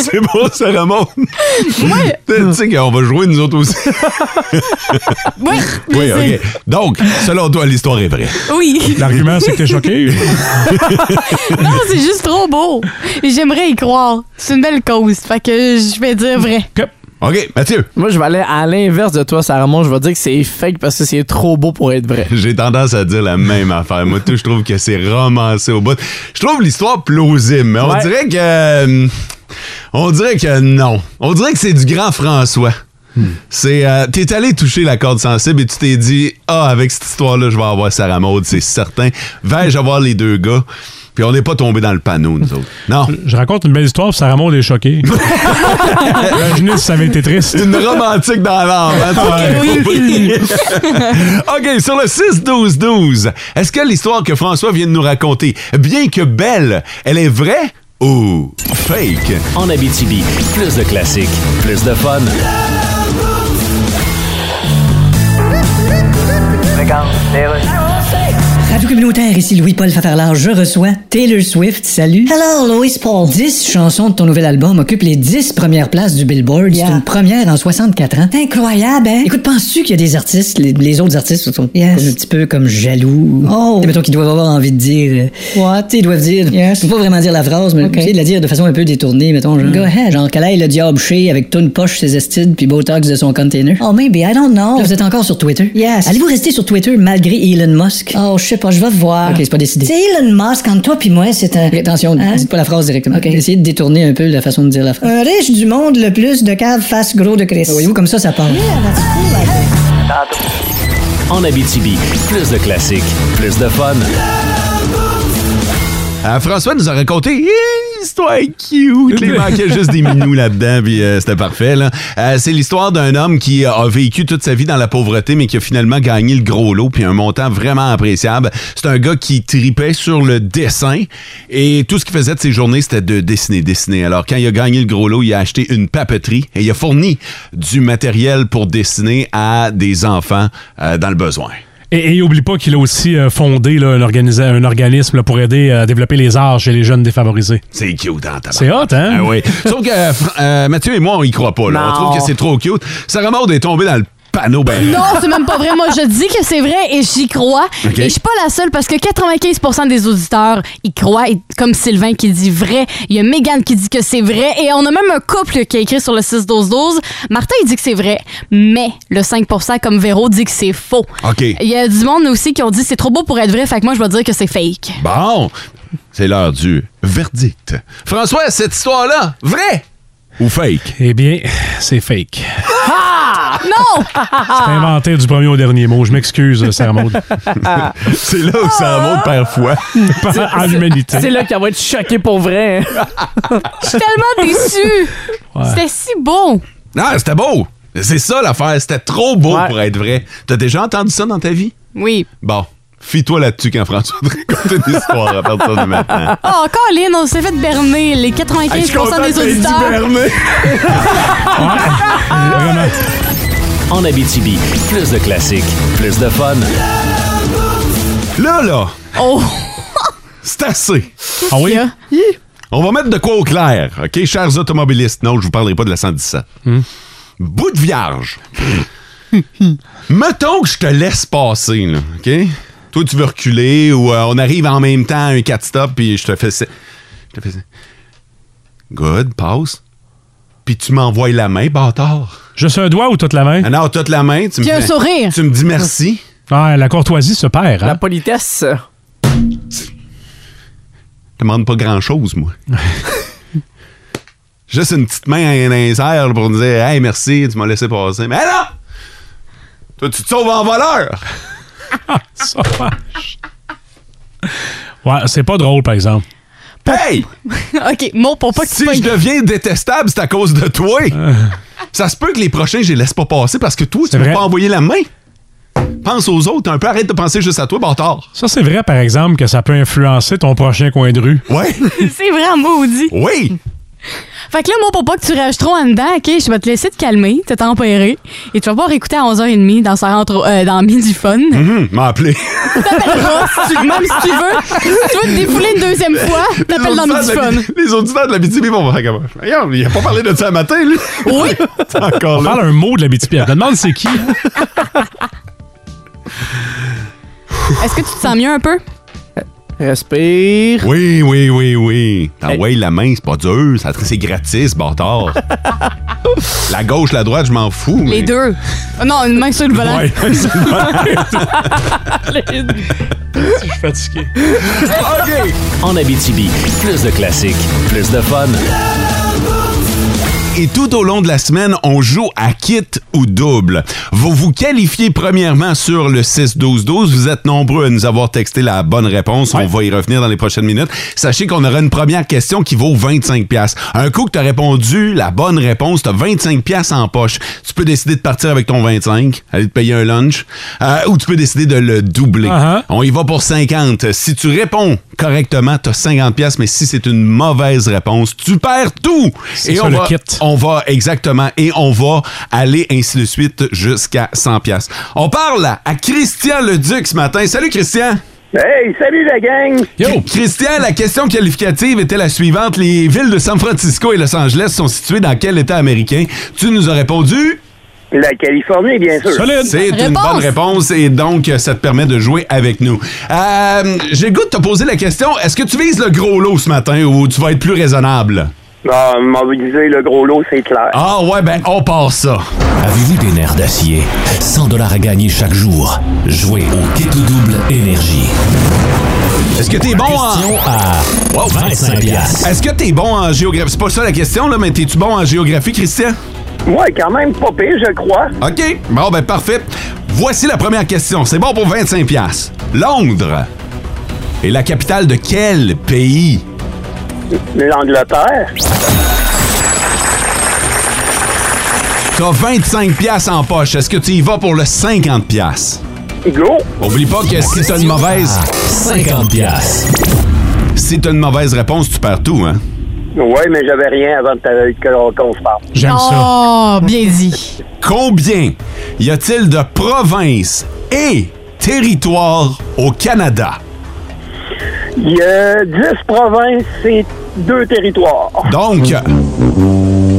C'est bon, ça remonte. tu sais qu'on va jouer nous autres aussi. oui. je Oui, sais. OK. Donc, selon toi, l'histoire est vraie. Oui. L'argument, c'est que t'es choqué. (laughs) non, c'est juste trop beau. Et J'aimerais y croire. C'est une belle cause. Fait que je vais dire vrai. OK, Mathieu. Moi, je vais aller à l'inverse de toi, Sarah Maud. Je vais dire que c'est fake parce que c'est trop beau pour être vrai. J'ai tendance à dire la même affaire. Moi, tout, je trouve que c'est romancé au bout. Je trouve l'histoire plausible, mais on Ouais. dirait que. euh, On dirait que non. On dirait que c'est du grand François. C'est. euh, t'es allé toucher la corde sensible et tu t'es dit Ah, avec cette histoire-là, je vais avoir Sarah Maud, c'est certain. Vais-je avoir les deux gars? Puis on n'est pas tombé dans le panneau, nous autres. Non. Je raconte une belle histoire, puis Sarah Maud est (laughs) choquée. Imaginez si ça avait été triste. Une romantique dans l'âme. hein, toi? OK, sur le 6-12-12, est-ce que l'histoire que François vient de nous raconter, bien que belle, elle est vraie ou fake? En Abitibi, plus de classiques, plus de fun. Radio communautaire, ici Louis-Paul Fafarlard. Je reçois Taylor Swift. Salut. Hello, Louis Paul. 10 chansons de ton nouvel album occupent les 10 premières places du Billboard. C'est une première en 64 ans. Incroyable, hein? Écoute, penses-tu qu'il y a des artistes, les, les autres artistes sont comme un petit peu comme jaloux? Oh! Mettons qu'ils doivent avoir envie de dire. What? Ils doivent dire. Yes. Faut pas vraiment dire la phrase, mais essayer de la dire de façon un peu détournée, mettons. Genre, Go ahead. Genre, qu'elle aille le diable chez avec tout une poche, ses estides, puis Botox de son container. Oh, maybe, I don't know. vous êtes encore sur Twitter? Yes. Allez-vous rester sur Twitter malgré Elon Musk? Oh, je sais pas, je vais voir. Ok, c'est pas décidé. C'est Elon Musk, entre toi puis moi, c'est un. Hein? attention, dites pas la phrase directement. Essayez de détourner un peu la façon de dire la phrase. Un riche du monde le plus de caves face Oh, gros de Chris. Voyez-vous, comme ça, ça parle. En Abitibi, plus de classiques, plus de fun. Euh, François nous a raconté Hi, histoire cute. Il manquait juste des minous là-dedans, puis euh, c'était parfait. là. Euh, c'est l'histoire d'un homme qui euh, a vécu toute sa vie dans la pauvreté, mais qui a finalement gagné le gros lot, puis un montant vraiment appréciable. C'est un gars qui tripait sur le dessin, et tout ce qu'il faisait de ses journées, c'était de dessiner, dessiner. Alors, quand il a gagné le gros lot, il a acheté une papeterie, et il a fourni du matériel pour dessiner à des enfants euh, dans le besoin. Et, et oublie pas qu'il a aussi euh, fondé là, un, organisa- un organisme là, pour aider à développer les arts chez les jeunes défavorisés. C'est cute, hein, tabarnak. C'est hot, hein? Ah oui. Sauf que euh, Fr- euh, Mathieu et moi, on y croit pas. là. Non. On trouve que c'est trop cute. Sarah Maud est tombée dans le panneau. Ben, Non, c'est même pas vrai. Moi, je dis que c'est vrai et j'y crois. OK. Et je suis pas la seule parce que 95 des auditeurs y croient. Et comme Sylvain qui dit vrai, il y a Megan qui dit que c'est vrai. Et on a même un couple qui a écrit sur le 6-12-12. Martin, il dit que c'est vrai, mais le 5 comme Véro dit que c'est faux. OK. Il y a du monde aussi qui ont dit c'est trop beau pour être vrai. Fait que moi, je vais dire que c'est fake. Bon, c'est l'heure du verdict. François, cette histoire-là, vrai ou fake? Eh bien, c'est fake. Ah! Non! Ah. Ah! T'as inventé du premier au dernier mot. Je m'excuse, Sarah Maud. (laughs) c'est là où Sarah Maud perd foi. en l'humanité. C'est là qu'elle va être choquée pour vrai. hein. Je suis tellement déçue. C'était si beau. Non, c'était beau. C'est ça l'affaire. C'était trop beau pour être vrai. T'as déjà entendu ça dans ta vie? Oui. Bon, fie-toi là-dessus quand François te raconte une histoire à partir de maintenant. Oh, Colin, on s'est fait berner. Les Hey, 95 Ah, je suis content des que t'aies dit auditeurs. berner. Ah! En Abitibi, plus de classiques, plus de fun. Là, là. Oh. C'est assez. Ah oui? On va mettre de quoi au clair, OK, chers automobilistes? Non, je vous parlerai pas de la 117. Hmm. Bout (laughs) de vierge. Mettons que je te laisse passer, là, OK? Toi, tu veux reculer ou euh, on arrive en même temps à un 4-stop puis je te fais... ça. Je te fais... ça. Good, passe. Puis tu m'envoies la main, bâtard. Ah Juste un doigt ou toute la main? non, toute la main. Tu me Puis un fais- sourire. Tu me dis merci. Ah, la courtoisie se perd. hein? La politesse. Je demande pas grand-chose, (laughs) moi. Juste une petite main à les airs là, pour nous dire Hey, merci, tu m'as laissé passer. Mais non! Toi, tu te sauves (laughs) en voleur! Sauvage. Ouais, c'est pas drôle, par exemple. Hey! (laughs) OK, mot pour pas que tu si je deviens détestable, c'est à cause de toi. Ça se peut que les prochains, je les laisse pas passer parce que toi, Euh. tu C'est ne vrai. pas envoyer la main. Pense aux autres un peu. Arrête de penser juste à toi, bâtard. Ça, c'est vrai, par exemple, que ça peut influencer ton prochain coin de rue. Ouais. (laughs) C'est vraiment maudit. Oui. Fait que là, moi, pour pas que tu rages trop en dedans, OK, je vais te laisser te calmer, te tempérer, et tu vas pouvoir écouter à 11h30 dans sa rentre, euh, dans Midi Fun. Mm-hmm. Hum, m'a appelé. T'appelleras, si tu, même si tu veux, tu veux te défouler une deuxième fois, t'appelles dans auditeurs Midi de la- Fun. les auditeurs de la BTB vont faire comme. Voyons, Il a pas parlé de ça le matin, lui. Oui. (laughs) C'est encore On là. parle un mot de la BTP. Je me demande c'est qui. Est-ce que tu te sens mieux un peu? Respire. Oui, oui, oui, oui. Ah ouais, la main, c'est pas dur. Ça, c'est gratis, (laughs) bâtard. la gauche, la droite, je m'en fous. mais- Les deux. Oh non, une main sur le volant. Ouais, c'est (laughs) le volant. (laughs) Je suis fatigué. OK! En Abitibi, plus de classiques, plus de fun. Et tout au long de la semaine, on joue à kit ou double. Vous vous qualifiez premièrement sur le 6-12-12. Vous êtes nombreux à nous avoir texté la bonne réponse. On va y revenir dans les prochaines minutes. Sachez qu'on aura une première question qui vaut 25 pièces. Un coup que tu as répondu la bonne réponse, tu as 25 pièces en poche. Tu peux décider de partir avec ton 25, aller te payer un lunch, euh, ou tu peux décider de le doubler. Uh-huh. On y va pour 50. Si tu réponds correctement, tu as 50 pièces, mais si c'est une mauvaise réponse, tu perds tout. C'est ça, on le va- kit. on va exactement et on va aller ainsi de suite jusqu'à 100 pièces. On parle à Christian Leduc ce matin. Salut Christian. Hey, salut la gang! Yo. Christian, la question qualificative était la suivante. Les villes de San Francisco et Los Angeles sont situées dans quel État américain? Tu nous as répondu... La Californie, bien sûr. C'est une Réponse. bonne réponse et donc euh, ça te permet de jouer avec nous. Euh, J'ai le goût de te poser la question, est-ce que tu vises le gros lot ce matin ou tu vas être plus raisonnable? Ah, m'en vous disiez, le gros lot, c'est clair. Ah ouais, ben on part ça. Avez-vous des nerfs d'acier? 100 dollars à gagner chaque jour. Jouez au Keto Double Énergie. Est-ce que t'es bon hein? en... Question à wow, 25 piastres. Est-ce que t'es bon en géographie? C'est pas ça la question, là, mais t'es-tu bon en géographie, Christian? Ouais, quand même pas pire, je crois. OK. Bon, ben parfait. Voici la première question. C'est bon pour 25 piastres. Londres est la capitale de quel pays? L'Angleterre. T'as 25 piastres en poche. Est-ce que tu y vas pour le 50 piastres? Go! Oublie pas que si t'as une mauvaise... 50 piastres. Si t'as une mauvaise réponse, tu perds tout, hein? Ouais, mais j'avais rien avant de t'a- que l'on- qu'on se parle. J'aime ça. Oh, bien dit. Combien y a-t-il de provinces et territoires au Canada? Il y a 10 provinces et deux territoires. Donc...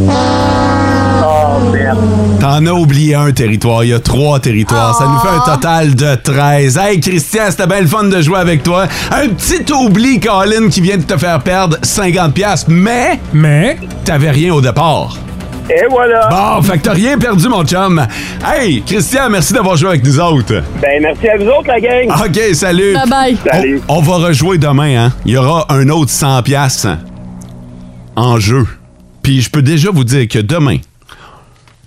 Ah, merde. T'en as oublié un territoire. Il y a trois territoires. Ça nous fait un total de 13. Hey, Christian, c'était bien le fun de jouer avec toi. Un petit oubli, Colin, qui vient de te faire perdre 50$, piastres, mais Mais, t'avais rien au départ. Et voilà! Bon, fait que t'as rien perdu, mon chum. Hey, Christian, merci d'avoir joué avec nous autres. Ben, merci à vous autres, la gang! OK, salut. Bye bye. Salut! On va rejouer demain, hein. Il y aura un autre 100$ piastres en jeu. Puis je peux déjà vous dire que demain,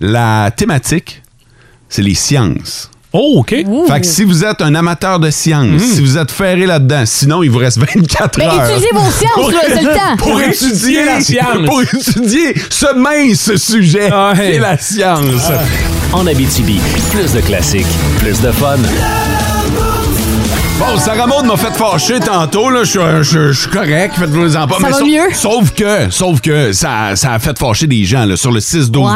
la thématique, c'est les sciences. oh, OK. Hmm. Fait que si vous êtes un amateur de science, si vous êtes ferré là-dedans, sinon il vous reste 24 Mais heures. utilisez (laughs) vos sciences, Pour- là, c'est le temps. Pour étudier la science. (laughs) Ah, Pour étudier ce mince sujet Ah, Ouais. qui est la science. En Abitibi, plus de classiques, plus de fun. Bon, Sarah Maud m'a fait fâcher tantôt, là. Je suis- Je je suis correct, faites-vous en pas. Ça va sau- (laughs) mieux? Sauf que, sauf que, ça, ça a fait fâcher des gens, là. Sur le 6-12-12,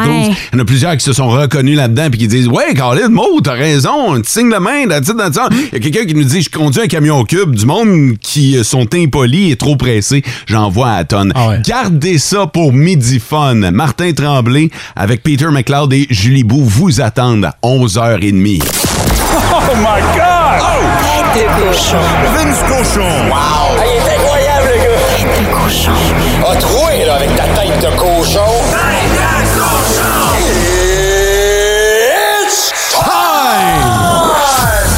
Ouais. il y en a plusieurs qui se sont reconnus là-dedans puis qui disent Ouais, Caroline, Maud, t'as raison, un petit signe de main, that's it, that's it. Il y a quelqu'un qui nous dit Je conduis un camion au cube, du monde qui sont impolis et trop pressés, j'en vois à tonnes. Gardez ça pour Midi Fun. Martin Tremblay avec Peter McLeod et Julie Bou vous attendent à 11h30. Oh my God! Oh! Tête de cochon. Vince cochon. Wow! Ah, il est incroyable, le gars! Tête de cochon. A troué, là, avec ta tête de cochon. Tête de cochon! It's (laughs) (laughs) time!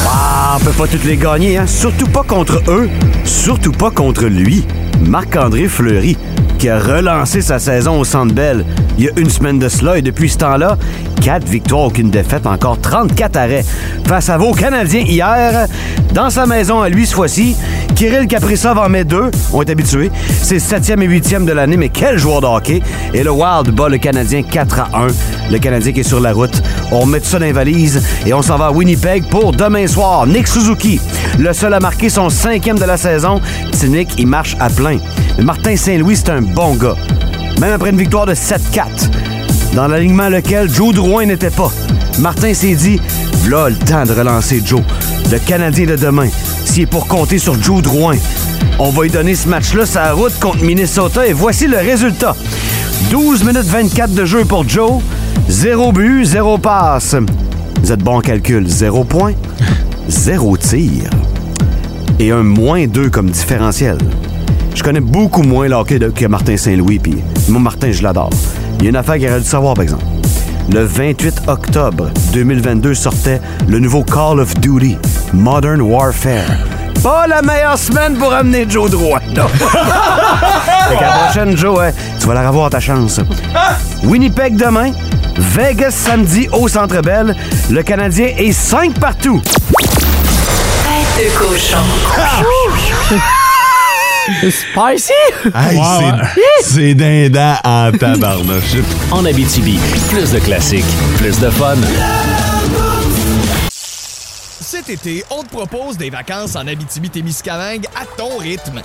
Ah, on peut pas toutes les gagner, hein? Surtout pas contre eux, surtout pas contre lui. Marc-André Fleury, qui a relancé sa saison au Centre Bell il y a une semaine de cela, et depuis ce temps-là, quatre victoires, aucune défaite, encore 34 arrêts face à vos Canadiens hier, dans sa maison à lui ce fois-ci. Kirill Kaprizov en met deux, on est habitué. C'est septième et huitième de l'année, mais quel joueur de hockey! Et le Wild bat le Canadien 4 à 1. Le Canadien qui est sur la route. On met tout ça dans les valises et on s'en va à Winnipeg pour demain soir. Nick Suzuki, le seul à marquer son cinquième de la saison. Petit Nick, il marche à plein. Mais Martin Saint-Louis, c'est un bon gars. Même après une victoire de 7-4, dans l'alignement lequel Joe Drouin n'était pas. Martin s'est dit, v'là le temps de relancer Joe, le Canadien de demain, s'il est pour compter sur Joe Drouin. On va lui donner ce match-là sa route contre Minnesota et voici le résultat. 12 minutes 24 de jeu pour Joe, 0 but, 0 passe. Vous êtes bon en calcul, 0 point, (laughs) 0 tir et un moins 2 comme différentiel. Je connais beaucoup moins le hockey de- que Martin Saint-Louis, puis moi, Martin, je l'adore. Il y a une affaire qu'il aurait dû savoir, par exemple. Le 28 octobre 2022 sortait le nouveau Call of Duty, Modern Warfare. Pas la meilleure semaine pour amener Joe Drouin. non. fait qu'à la prochaine, Joe, hein, tu vas la revoir ta chance. Winnipeg demain, Vegas samedi au Centre Bell. Le Canadien est 5 partout. Tête de cochon. Spicy! Hey, c'est- c'est dindant en Ah, tabarnouche. En Abitibi, plus de classiques, plus de fun. Cet été, on te propose des vacances en Abitibi-Témiscamingue à ton rythme.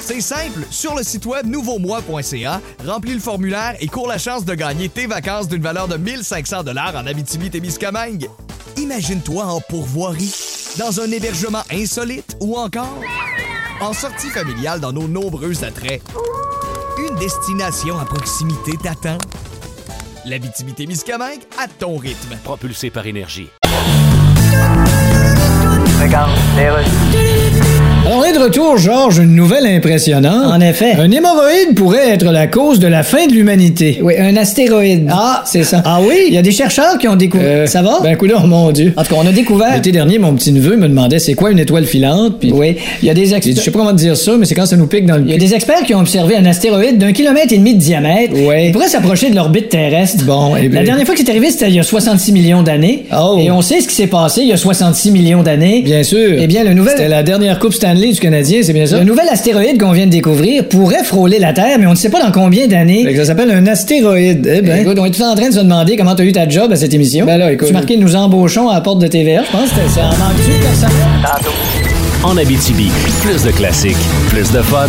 C'est simple, sur le site web nouveaumois.ca, remplis le formulaire et cours la chance de gagner tes vacances d'une valeur de 1500 dollars en Abitibi-Témiscamingue. Imagine-toi en pourvoirie, dans un hébergement insolite ou encore en sortie familiale dans nos nombreux attraits. Une destination à proximité t'attend. L'Abitibi-Témiscamingue à ton rythme. Propulsé par énergie. On est de retour, Georges, une nouvelle impressionnante. En effet. Un hémorroïde pourrait être la cause de la fin de l'humanité. Oui, un astéroïde. Ah, c'est ça. Ah oui? Il y a des chercheurs qui ont découvert. ça va? Ben, coudonc, mon Dieu. En tout cas, on a découvert. L'été dernier, mon petit-neveu me demandait c'est quoi une étoile filante. Puis oui, il y a des experts. Je sais pas comment te dire ça, mais c'est quand ça nous pique dans le. Il y a des experts qui ont observé un astéroïde d'un kilomètre et demi de diamètre. Oui. Il pourrait s'approcher de l'orbite terrestre. Bon, eh bien. La dernière fois que c'est arrivé, c'était il y a 66 millions d'années. Et on sait ce qui s'est passé il y a 66 millions d'années. Bien sûr. Eh bien, le nouvel. C'était la dernière Coupe Stanley du Canadien, c'est bien ça? Le nouvel astéroïde qu'on vient de découvrir pourrait frôler la Terre, mais on ne sait pas dans combien d'années. Ça s'appelle un astéroïde. Eh ben. Écoute, on est tous en train de se demander comment t'as eu ta job à cette émission. Ben là, écoute. Tu marquais nous embauchons à la porte de TVA, je pense que c'était ça. En manque-tu, personne? En Abitibi, plus de classiques, plus de fun.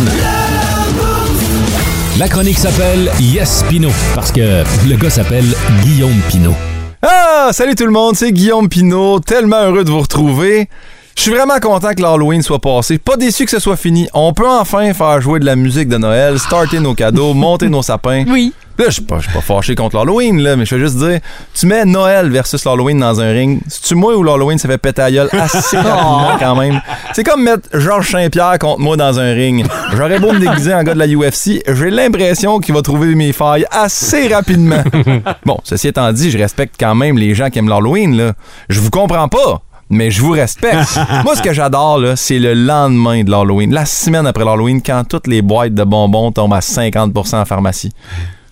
La chronique s'appelle Yes Pino parce que le gars s'appelle Guillaume Pino. (laughs) Ah, salut tout le monde, c'est Guillaume Pinault, tellement heureux de vous retrouver. Je suis vraiment content que l'Halloween soit passé. Pas déçu que ce soit fini. On peut enfin faire jouer de la musique de Noël, starter nos (laughs) cadeaux, monter nos sapins. Oui. Là, je suis pas, je suis pas fâché contre l'Halloween, là, mais je veux juste dire, tu mets Noël versus l'Halloween dans un ring. C'est-tu moi ou l'Halloween ça fait péter la gueule assez rapidement quand même? C'est comme mettre Georges Saint-Pierre contre moi dans un ring. J'aurais beau me déguiser en gars de la UFC, j'ai l'impression qu'il va trouver mes failles assez rapidement. Bon, ceci étant dit, je respecte quand même les gens qui aiment l'Halloween, là. Je vous comprends pas, mais je vous respecte. Moi, ce que j'adore, là, c'est le lendemain de l'Halloween, la semaine après l'Halloween, quand toutes les boîtes de bonbons tombent à 50 en pharmacie.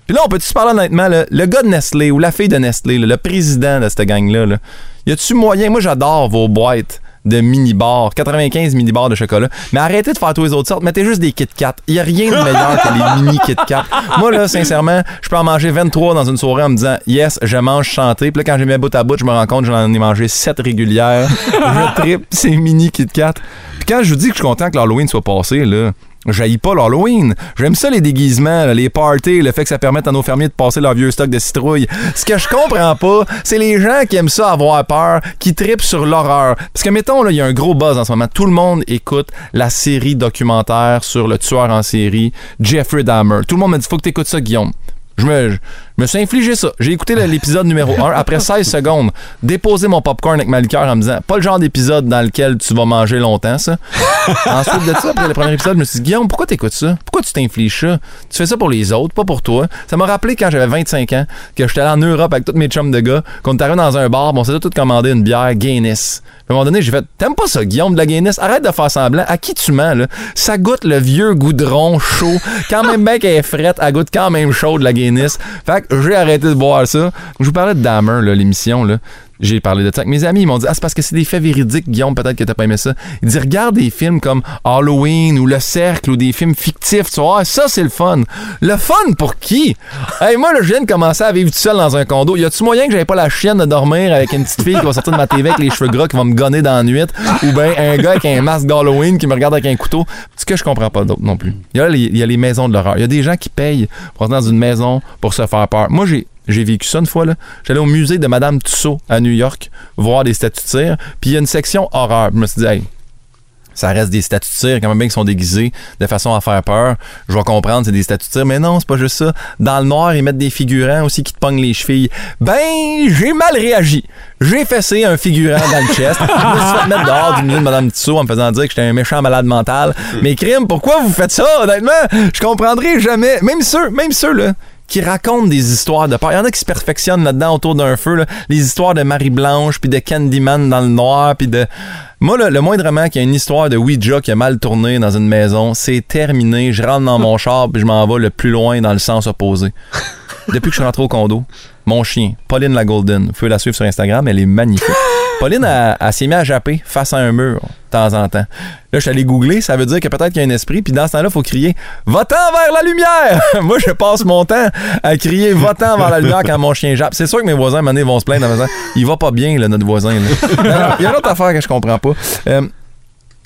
Puis là, on peut-tu se parler honnêtement, là, le gars de Nestlé ou la fille de Nestlé, là, le président de cette gang-là, là, y a-tu moyen? Moi, j'adore vos boîtes de mini-bars. 95 mini-bars de chocolat. Mais arrêtez de faire tous les autres sortes. Mettez juste des Kit Kat. Il n'y a rien de meilleur que les mini-Kit Kat. Moi, là, sincèrement, je peux en manger 23 dans une soirée en me disant Yes, je mange santé. Puis là, quand j'ai mis bout à bout, je me rends compte que j'en ai mangé 7 régulières. je tripe ces mini-Kit Kat. Puis quand je vous dis que je suis content que l'Halloween soit passé, là. J'haïs pas l'Halloween. J'aime ça les déguisements, les parties, le fait que ça permette à nos fermiers de passer leur vieux stock de citrouilles. Ce que je comprends pas, c'est les gens qui aiment ça avoir peur, qui tripent sur l'horreur. Parce que mettons là, il y a un gros buzz en ce moment. Tout le monde écoute la série documentaire sur le tueur en série Jeffrey Dahmer. Tout le monde me dit faut que t'écoutes ça Guillaume. Je me, je me suis infligé ça. J'ai écouté le- l'épisode numéro 1 après 16 secondes. Déposer mon popcorn avec ma liqueur en me disant pas le genre d'épisode dans lequel tu vas manger longtemps, ça. Ensuite de ça, après le premier épisode, je me suis dit Guillaume, pourquoi t'écoutes ça Pourquoi tu t'infliges ça Tu fais ça pour les autres, pas pour toi. Ça m'a rappelé quand j'avais 25 ans que j'étais allé en Europe avec tous mes chums de gars, qu'on était arrivé dans un bar, puis on s'était tous commandé une bière Guinness. Puis à un moment donné, j'ai fait T'aimes pas ça, Guillaume de la Guinness Arrête de faire semblant. À qui tu mens, là Ça goûte le vieux goudron chaud. Quand même bien qu'elle est frette, elle goûte quand même chaud de la Guinness. Fait que j'ai arrêté de boire ça. Je vous parlais de Dahmer, là, l'émission, là. J'ai parlé de ça avec mes amis. Ils m'ont dit Ah, c'est parce que c'est des faits véridiques, Guillaume, peut-être que t'as pas aimé ça. Ils disent Regarde des films comme Halloween ou Le Cercle ou des films fictifs. Tu vois, Ah, ça, c'est le fun. Le fun pour qui Hey, ben, moi, là, je viens de commencer à vivre tout seul dans un condo. Y a-tu moyen que j'avais pas la chienne de dormir avec une petite fille qui va sortir de ma TV avec les cheveux gras qui va me gonner dans la nuit Ou ben un gars avec un masque d'Halloween qui me regarde avec un couteau Ce que je comprends pas d'autre non plus. Il y, a les- il y a les maisons de l'horreur. Il y a des gens qui payent pour entrer dans une maison pour se faire peur. Moi, j'ai j'ai vécu ça une fois. là. J'allais au musée de Madame Tussaud à New York voir des statues de cire. Puis il y a une section horreur. Je me suis dit, hey, ça reste des statues de cire, quand même bien qu'ils sont déguisés de façon à faire peur. Je vais comprendre, c'est des statues de cire, mais non, c'est pas juste ça. Dans le noir, ils mettent des figurants aussi qui te pognent les chevilles. Ben, j'ai mal réagi. J'ai fessé un figurant dans le chest. Je me suis fait mettre dehors du milieu de Madame Tissot en me faisant dire que j'étais un méchant malade mental. Mais crime, pourquoi vous faites ça, honnêtement? Je comprendrai jamais. Même ceux, même ceux, là qui racontent des histoires de peur. Il y en a qui se perfectionnent là-dedans autour d'un feu, là. les histoires de Marie-Blanche, puis de Candyman dans le noir, puis de... Moi, là, le moindrement qu'il y a une histoire de Ouija qui a mal tourné dans une maison, c'est terminé, je rentre dans mon char, puis je m'en vais le plus loin dans le sens opposé. Depuis que je suis rentré au condo, mon chien, Pauline la Golden, vous pouvez la suivre sur Instagram, elle est magnifique. Pauline, elle, elle s'est mise à japper face à un mur, de temps en temps. Là, je suis allé googler, ça veut dire que peut-être qu'il y a un esprit, puis dans ce temps-là, il faut crier Va-t'en vers la lumière (laughs) Moi, je passe mon temps à crier Va-t'en vers la lumière quand mon chien jappe. C'est sûr que mes voisins, à un moment donné, vont se plaindre en me disant Il va pas bien, là, notre voisin. là. (laughs) Alors, Il y a une autre affaire que je comprends pas. Euh,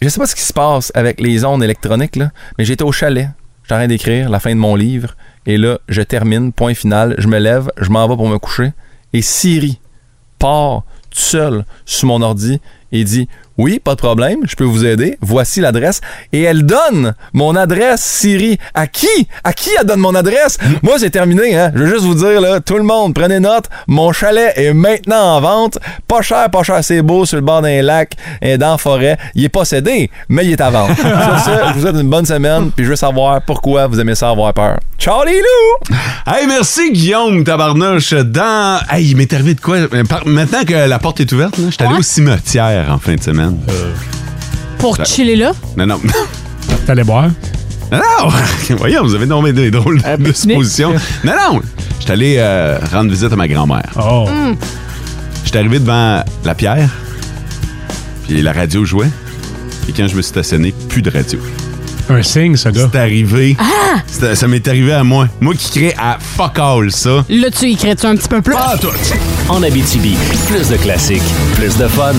je sais pas ce qui se passe avec les ondes électroniques, là, mais j'étais au chalet. J'étais en train d'écrire la fin de mon livre. Et là, je termine, point final. Je me lève, je m'en vais pour me coucher. Et Siri part tout seul sur mon ordi et dit Oui, pas de problème, je peux vous aider. Voici l'adresse. Et elle donne mon adresse, Siri. À qui À qui elle donne mon adresse Moi, c'est terminé. Hein? Je veux juste vous dire, là, tout le monde, prenez note. Mon chalet est maintenant en vente. Pas cher, pas cher, c'est beau, sur le bord d'un lac, et dans la forêt. Il est pas cédé, mais il est à vendre. Sur ce, je vous souhaite une bonne semaine, puis je veux savoir pourquoi vous aimez ça avoir peur. Charlie Lou! Hey, merci Guillaume Tabarnouche. Dans. Hey, il m'est arrivé de quoi? Euh, par- Maintenant que la porte est ouverte, là, je suis allé au cimetière en fin de semaine. Euh. Pour Ça- chiller là. Non, (laughs) non. T'allais boire? Non, (laughs) non! Voyons, vous avez nommé des drôles Ah, de suppositions. Non, non! Je suis allé euh, rendre visite à ma grand-mère. Oh! Hmm. Hum. Je suis arrivé devant la pierre, puis la radio jouait. Et quand je me suis stationné, plus (laughs) de radio. Un signe, ce gars. C'est arrivé. Ah! C'était- Ça m'est arrivé à moi. Moi qui crée à fuck all ça. Là, tu y crées-tu un petit peu plus? Pas tout. En Abitibi, plus de classiques, plus de fun.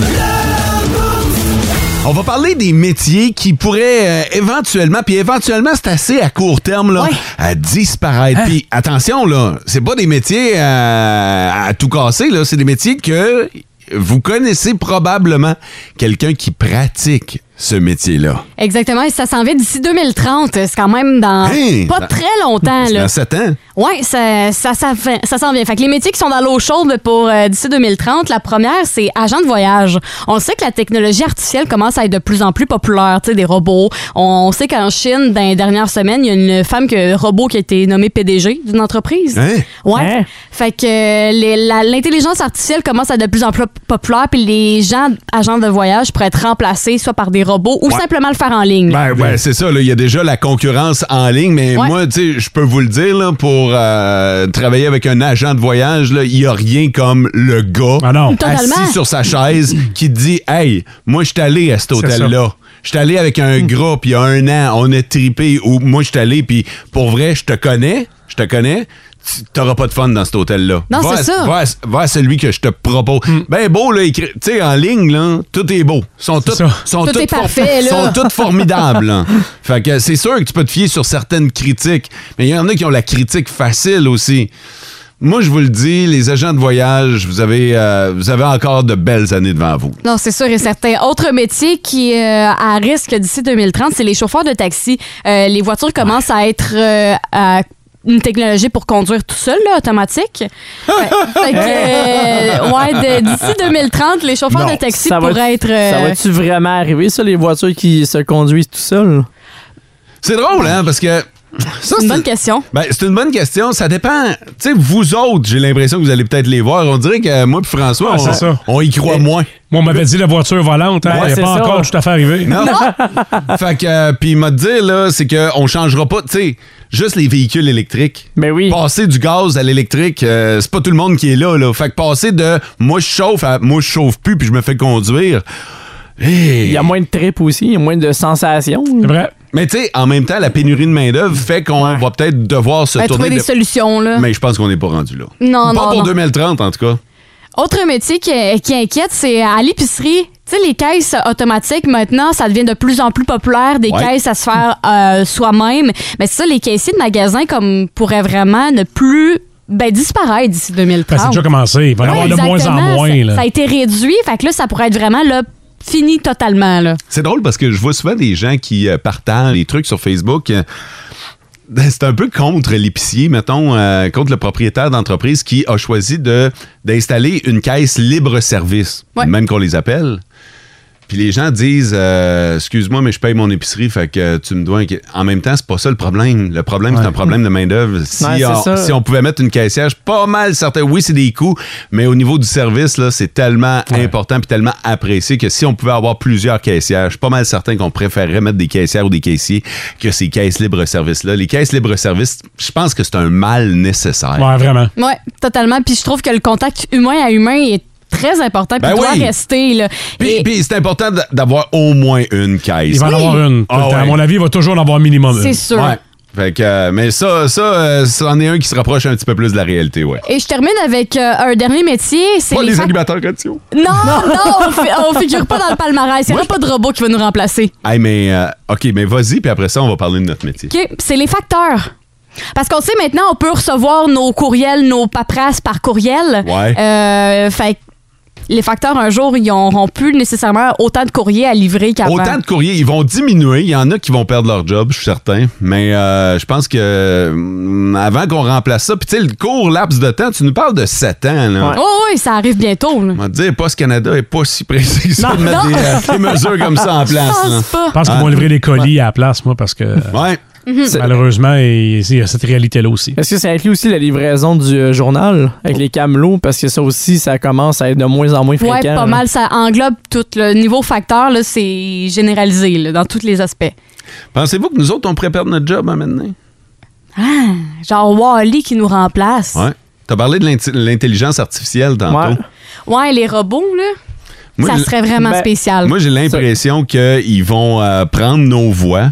On va parler des métiers qui pourraient euh, éventuellement, puis éventuellement, c'est assez à court terme, là, à disparaître. Puis attention, là, c'est pas des métiers euh, à tout casser, là, c'est des métiers que vous connaissez probablement quelqu'un qui pratique ce métier-là. Exactement, et ça s'en vient d'ici 2030. C'est quand même dans Hein? pas Dans- très longtemps. C'est là. dans 7 ans. Oui, ça, ça, ça, fait- ça s'en vient. Fait que les métiers qui sont dans l'eau chaude pour euh, d'ici 2030, la première, c'est agent de voyage. On sait que la technologie artificielle commence à être de plus en plus populaire, tu sais, des robots. On, sait qu'en Chine, dans les dernières semaines, il y a une femme, que, robot, qui a été nommée PDG d'une entreprise. Hein? Ouais. Fait que euh, les- la- l'intelligence artificielle commence à être de plus en plus populaire, puis les gens, agents de voyage, pourraient être remplacés soit par des robots ou Ouais. simplement le faire en ligne. Ben, ouais, c'est ça. là, Il y a déjà la concurrence en ligne, mais Ouais. moi, tu sais, je peux vous le dire, là, pour pour euh, travailler avec un agent de voyage, là, il n'y a rien comme le gars Ah, Totalement. assis sur (laughs) sa chaise qui te dit Hey, moi, je suis allé à cet C'est hôtel-là. ça. Je suis allé avec un groupe il y a un an, on a tripé, ou moi, je suis allé, puis pour vrai, je te connais, je te connais. tu- T'auras pas de fun dans cet hôtel-là. Non, Va c'est à- ça. va à- va à celui que je te propose. Hmm. Ben beau, là, écrit- tu sais, en ligne, là, tout est beau. Sont tous- sont Tout tous est for- parfait, là. sont tous formidables. hein. Fait que c'est sûr que tu peux te fier sur certaines critiques, mais il y en a qui ont la critique facile aussi. Moi, je vous le dis, les agents de voyage, vous avez, euh, vous avez encore de belles années devant vous. Non, c'est sûr et certain. Autre métier qui est à risque d'ici 2030, c'est les chauffeurs de taxi. Euh, les voitures commencent à être euh, à une technologie pour conduire tout seul, là, (laughs) automatique. Fait- fait que, euh, ouais, de- d'ici 2030, les chauffeurs de taxi Ça va- pourraient être... euh, Ça va-tu vraiment arriver, ça, les voitures qui se conduisent tout seules? C'est drôle, hein, parce que. Ça, c'est une bonne question. Ben, c'est une bonne question. Ça dépend. Tu sais, vous autres, j'ai l'impression que vous allez peut-être les voir. On dirait que euh, moi et François, Ouais, on, Ah, c'est ça. on y croit moins. Moi, on m'avait dit la voiture volante, hein, Ouais, elle c'est n'est pas ça. encore tout à fait arrivée. Non. (laughs) fait que, euh, puis il m'a dit, là, c'est qu'on changera pas, tu sais, juste les véhicules électriques. Mais Ben oui. Passer du gaz à l'électrique, euh, c'est pas tout le monde qui est là, là. Fait que passer de moi je chauffe à moi je chauffe plus puis je me fais conduire. Il y a moins de trip aussi, il y a moins de sensations. C'est vrai. Mais tu sais, en même temps, la pénurie de main-d'œuvre fait qu'on va peut-être devoir se à tourner. Ben, trouver des de- solutions, là. Mais je pense qu'on n'est pas rendu là. Non, pas non, pour non. 2030, en tout cas. Autre métier qui, euh, qui inquiète, c'est à l'épicerie. Tu sais, les caisses automatiques, maintenant, ça devient de plus en plus populaire, des Ouais. caisses à se faire euh, soi-même. Mais c'est ça, les caissiers de magasins comme, pourraient vraiment ne plus ben, disparaître d'ici 2030. Ben, c'est déjà commencé. Il va y en Ouais, avoir de moins en exactement. moins. Ça- là. Ça a été réduit, fait que là, ça pourrait être vraiment là, fini totalement. Là. C'est drôle parce que je vois souvent des gens qui euh, partagent des trucs sur Facebook. euh, ben, C'est un peu contre l'épicier, mettons, euh, contre le propriétaire d'entreprise qui a choisi de d'installer une caisse libre-service, même qu'on les appelle. Puis les gens disent euh, Excuse-moi, mais je paye mon épicerie, fait que tu me dois. un ca- En même temps, c'est pas ça le problème. Le problème, c'est un problème de main-d'œuvre. Si, Ouais, c'est on- ça. si on pouvait mettre une caissière, je suis pas mal certain. Oui, c'est des coûts, mais au niveau du service, là, c'est tellement important puis tellement apprécié que si on pouvait avoir plusieurs caissières, je suis pas mal certain qu'on préférerait mettre des caissières ou des caissiers que ces caisses libre-service-là. Les caisses libre-service, je pense que c'est un mal nécessaire. Ouais, vraiment. Ouais, totalement. Puis je trouve que le contact humain à humain est très important, puis Ben doit oui. rester. Là. Puis, Et- puis c'est important d'a- d'avoir au moins une caisse. Il va en avoir une. tout le Ah temps. À ouais. mon avis, il va toujours en avoir minimum une. C'est sûr. Ouais. Fait que, euh, mais ça, ça, euh, c'en est un qui se rapproche un petit peu plus de la réalité, ouais. Et je termine avec euh, un dernier métier. C'est Pas les fac- animateurs radio. Non, non, on, fi- on figure pas dans le palmarès. Il n'y aura pas de robot qui va nous remplacer. Hey, mais, euh, OK, mais vas-y, puis après ça, on va parler de notre métier. OK? C'est les facteurs. Parce qu'on sait maintenant, on peut recevoir nos courriels, nos paperasses par courriel. Ouais. Euh, fait que les facteurs, un jour, ils n'auront plus nécessairement autant de courriers à livrer qu'avant. Autant de courriers, ils vont diminuer. Il y en a qui vont perdre leur job, je suis certain. Mais euh, je pense que hum, avant qu'on remplace ça, puis tu sais, le court laps de temps, tu nous parles de 7 ans. Là. Oh oui, ça arrive bientôt. là. On va te dire, Post Canada est pas si précis que ça Non. de mettre des, euh, Non. des mesures comme ça (laughs) en Je place. pense là. pas. Je pense qu'ils vont Ah. livrer des colis à la place, moi, parce que. euh, Ouais. Mhm. C'est- Malheureusement, il il y a cette réalité-là aussi. Est-ce que ça inclut aussi la livraison du euh, journal Oh. avec les camelots? Parce que ça aussi, ça commence à être de moins en moins fréquent. hein. Ouais, pas là. mal. Ça englobe tout le niveau facteur. là, C'est généralisé là, dans tous les aspects. Pensez-vous que nous autres, on pourrait perdre notre job hein, maintenant? Ah, genre Wally qui nous remplace. Ouais. T'as parlé de l'inti- l'intelligence artificielle tantôt. Ouais, les robots, là. Moi, ça j'ai- serait vraiment Ben, spécial. Moi, j'ai l'impression qu'ils vont euh, prendre nos voix,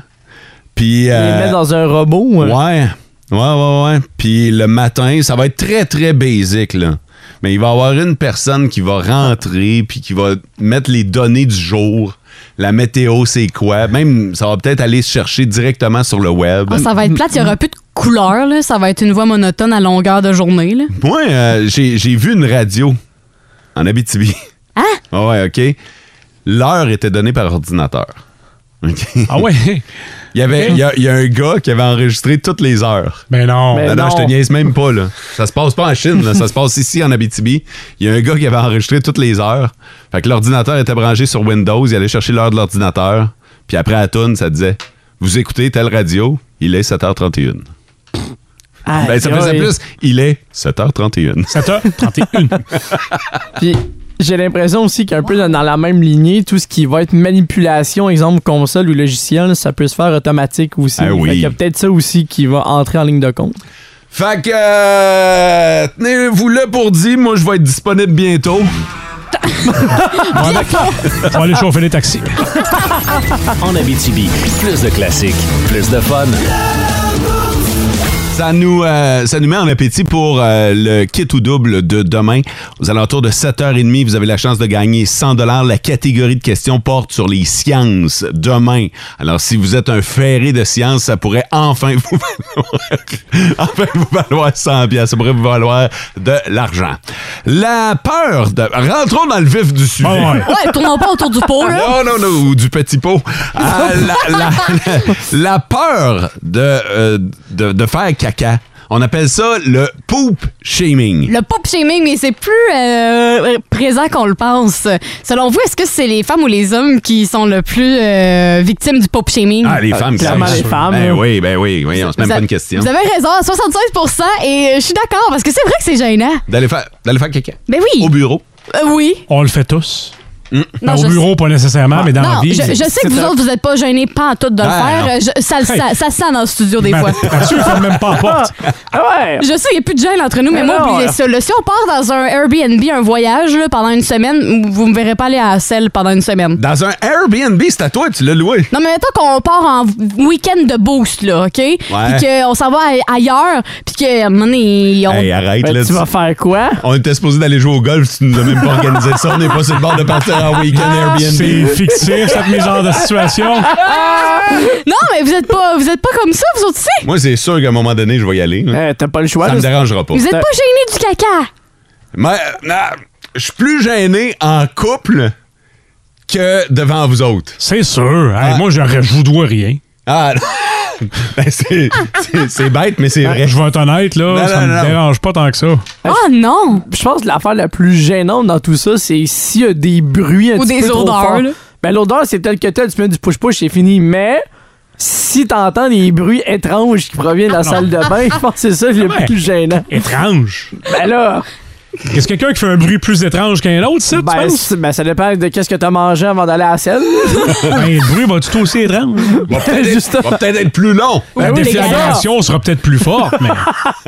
puis... euh, mettre dans un robot. euh. Ouais, ouais, ouais, ouais. Puis le matin, ça va être très, très basique, là. Mais il va y avoir une personne qui va rentrer, puis qui va mettre les données du jour. La météo, c'est quoi? Même, ça va peut-être aller se chercher directement sur le web. Ben, Ah, ça va être plate. Il n'y aura plus de couleurs. Là. Ça va être une voix monotone à longueur de journée. Là. Moi, euh, j'ai j'ai vu une radio en Abitibi. (laughs) Ah Hein? ouais, OK. L'heure était donnée par ordinateur. OK. Ah ouais? Il y, avait, il, y a, il y a un gars qui avait enregistré toutes les heures. Ben non. non, Ben non, non. je te niaise même pas, là. Ça se passe pas en Chine, là. ça se passe ici, en Abitibi. Il y a un gars qui avait enregistré toutes les heures. Fait que l'ordinateur était branché sur Windows, il allait chercher l'heure de l'ordinateur. Puis après, à Toon, ça disait Vous écoutez telle radio, il est 7h31. ben, ça faisait Aïe, aïe. plus, il est 7h31. 7h31. (laughs) Puis j'ai l'impression aussi qu'un peu dans- dans la même lignée, tout ce qui va être manipulation, exemple console ou logiciel, ça peut se faire automatique aussi. Ah oui. Il y a peut-être ça aussi qui va entrer en ligne de compte. Fait que, euh, tenez-vous là pour dire, moi, je vais être disponible bientôt. Ouais, mec, Ah, (laughs) on va aller chauffer les taxis. (laughs) En Abitibi, plus de classiques, plus de fun. Ça nous, euh, ça nous met en appétit pour euh, le kit ou double de demain. Aux alentours de 7h30, vous avez la chance de gagner 100 La catégorie de questions porte sur les sciences demain. Alors, si vous êtes un ferré de sciences, ça pourrait enfin (laughs) vous valoir, enfin vous valoir 100 Ça pourrait vous valoir de l'argent. La peur de... Rentrons dans le vif du Ah sujet. Ouais, tournons pas autour du pot, là. Non, non, non, ou du petit pot. Ah, la, la- la- la peur de, euh, de, de faire caca, on appelle ça le poop shaming. Le pop shaming, mais c'est plus euh, présent qu'on le pense. Selon vous, est-ce que c'est les femmes ou les hommes qui sont le plus euh, victimes du pop shaming? Ah, les femmes qui Clairement sont- les femmes. Ben oui, ben oui, oui, on se même Vous a- pas une question. Vous avez raison, à 76 et euh, je suis d'accord, parce que c'est vrai que c'est gênant. D'aller faire, d'aller faire caca. Ben oui. Au bureau. Mm. Euh, oui. On le fait tous. Non, au je bureau, pas nécessairement, Ah, mais dans la non, vie. je, je sais que vous autres, vous n'êtes pas gênés pas en tout de le Ah, faire. non. Euh, je- ça, le Hey. sent- ça sent dans le studio des Ma- fois. (laughs) Ah Mathieu, il ferme même pas la porte. Je sais, il n'y a plus de gêne entre nous, mais, Mais moi, non, oubliez là. ça. là. si on part dans un Airbnb, un voyage là, pendant une semaine, vous me verrez pas aller à Sel pendant une semaine. Dans un Airbnb, c'est à toi, tu l'as loué. Non, mais mettons qu'on part en week-end de boost, là, OK? Puis qu'on s'en va a- ailleurs, puis que, à un moment donné, on... Hey, arrête, là, tu- Ben, faire quoi? On était supposé d'aller jouer au golf, tu nous as même pas organisé ça. On n'est pas sur le bord de partir en week-end Ah, Airbnb. C'est fictif, cette mise en de (laughs) situation. non, mais vous êtes pas, vous êtes pas comme ça, vous autres ici. Moi, c'est sûr qu'à un moment donné, je vais y aller. Eh, T'as pas le choix. Ça me dérangera pas. Vous êtes pas gêné du caca. Mais euh, non, je suis plus gêné en couple que devant vous autres. C'est sûr. Hey, Moi, j'aurais- je vous dois rien. Ah, (laughs) non. Ben, c'est c'est- c'est bête, (laughs) mais c'est vrai. Ah, Je vais être honnête, là, Non, ça non, me non. dérange pas tant que ça. (laughs) Ah non! Je pense que l'affaire la plus gênante dans tout ça, c'est s'il y a des bruits un Ou petit des peu trop odeurs, forts. là. Ben l'odeur, c'est tel que tel, tu mets du push-push, c'est fini. Mais si t'entends des bruits étranges qui proviennent de la salle de (laughs) bain, je pense que c'est ça le Ah, Ouais. plus gênant. Étrange. Ben là... Est-ce quelqu'un qui fait un bruit plus étrange qu'un autre, ça, tu Ben, penses? c'est- ben, ça dépend de qu'est-ce que t'as mangé avant d'aller à la selle. (laughs) Ben, le bruit va tout (laughs) aussi étrange. Va peut-être être, va peut-être être plus long. La déflagration sera peut-être plus forte, mais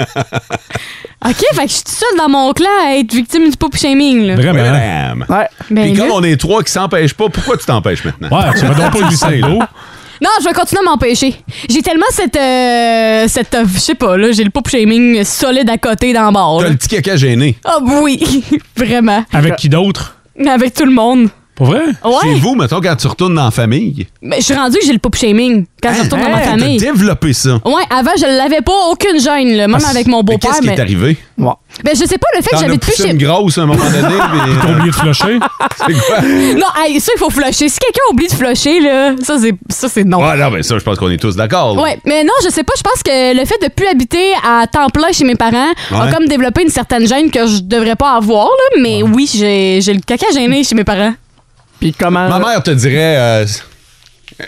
OK, fait que je suis toute seule dans mon clan à être victime du pop shaming, là. hein. Vraiment. hein? Ouais. Ben Puis là- comme on est trois qui s'empêchent pas, pourquoi tu t'empêches maintenant? Ouais, tu vas donc pas (laughs) glisser le dos. Non, je vais continuer à m'empêcher. J'ai tellement cette... euh, cette euh, je sais pas, là, j'ai le pop shaming solide à côté dans le bord, T'as là. le petit caca gêné. Ah oui, (laughs) vraiment. avec qui d'autre? Avec tout le monde. Pas vrai? Ouais. Chez vous, mettons, quand tu retournes dans la famille. Mais je suis rendue que j'ai le pop shaming quand je retourne dans ma Hey, famille. Hein, T'as développé ça. Ouais, avant, je l'avais pas, aucune gêne, là, même Ah, avec mon mais beau-père. Qu'est-ce qui Mais, est arrivé? Ben, je sais pas, le fait que T'en as j'habite plus poussé chez. une grosse à un (laughs) moment donné. mais- euh, T'as oublié de flusher? (laughs) C'est quoi? Non, hey, ça, il faut flusher. Si quelqu'un oublie de flusher, là, ça, c'est, ça, c'est non. Ouais, non, mais ça, je pense qu'on est tous d'accord. là. Ouais, mais non, je sais pas, je pense que le fait de plus habiter à temps plein chez mes parents a Ouais. comme développé une certaine gêne que je devrais pas avoir, là, mais oui, j'ai, j'ai le caca gêné chez mes parents. Puis comment. Ma mère te dirait euh,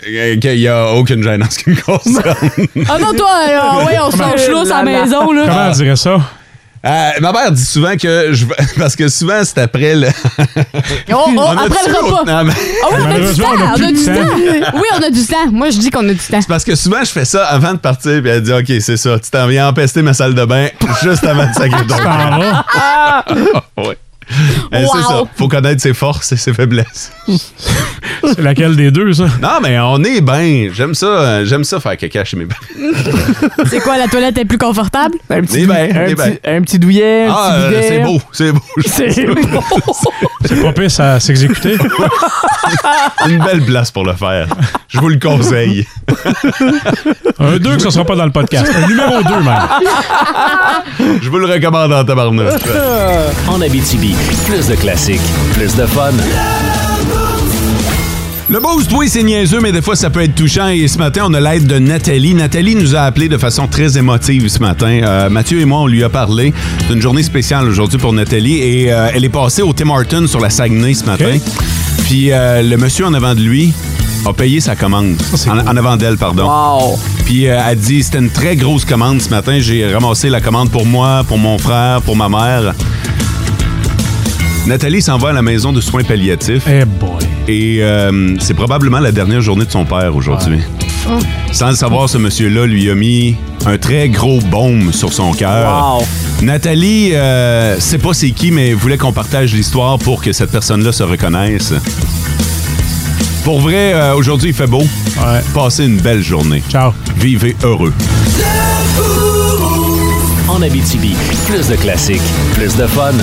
euh, qu'il n'y a aucune gêne en ce qui me concerne. (laughs) Ah (laughs) non, toi, euh, (laughs) ouais, on se lâche là, à la maison, là. Comment elle dirait ça? Euh, ma mère dit souvent que je vais- (laughs) parce que souvent c'est après le (laughs) Oh, oh, On a après le du repas. autre- non, mais- Ah oui, on a du Malheureusement, temps, on a on plus a de du temps. temps. Oui, on a du temps. Moi, je dis qu'on a du temps. parce que souvent je fais ça avant de partir puis elle dit OK, c'est ça, tu t'en viens empester ma salle de bain juste avant de sacrer ton Ah. camp. Ah, Ouais. Euh, Wow. C'est ça, faut connaître ses forces et ses faiblesses. (laughs) C'est laquelle des deux, ça? Non, mais on est bien. J'aime ça, euh, j'aime ça faire caca chez mes parents. C'est quoi, la toilette est plus confortable? Un petit, Des bains, un petit, des bains. un petit douillet, un Ah, petit euh, bidet. c'est beau, c'est beau. C'est (laughs) C'est pas pire à s'exécuter. (laughs) Une belle place pour le faire. Je vous le conseille. Un 2 que ce sera pas dans le podcast. Un numéro 2, même. Je vous le recommande en tabarnak. (laughs) en Abitibi, plus de classiques, plus de fun. Le boost, oui, c'est niaiseux, mais des fois, ça peut être touchant. Et ce matin, on a l'aide de Nathalie. Nathalie nous a appelé de façon très émotive ce matin. Euh, Mathieu et moi, on lui a parlé. C'est une journée spéciale aujourd'hui pour Nathalie. Et euh, elle est passée au Tim Hortons sur la Saguenay ce matin. Puis euh, le monsieur en avant de lui a payé sa commande. en, en avant d'elle, pardon. Puis euh, elle dit, c'était une très grosse commande ce matin. J'ai ramassé la commande pour moi, pour mon frère, pour ma mère. Nathalie s'en va à la maison de soins palliatifs. Et euh, c'est probablement la dernière journée de son père aujourd'hui. Ah. Sans le savoir, ce monsieur-là lui a mis un très gros baume sur son cœur. Nathalie, euh, sait pas c'est qui, mais voulait qu'on partage l'histoire pour que cette personne-là se reconnaisse. Pour vrai, euh, aujourd'hui, il fait beau. Passez une belle journée. Ciao. Vivez heureux. En Abitibi, plus de classiques, plus de fun.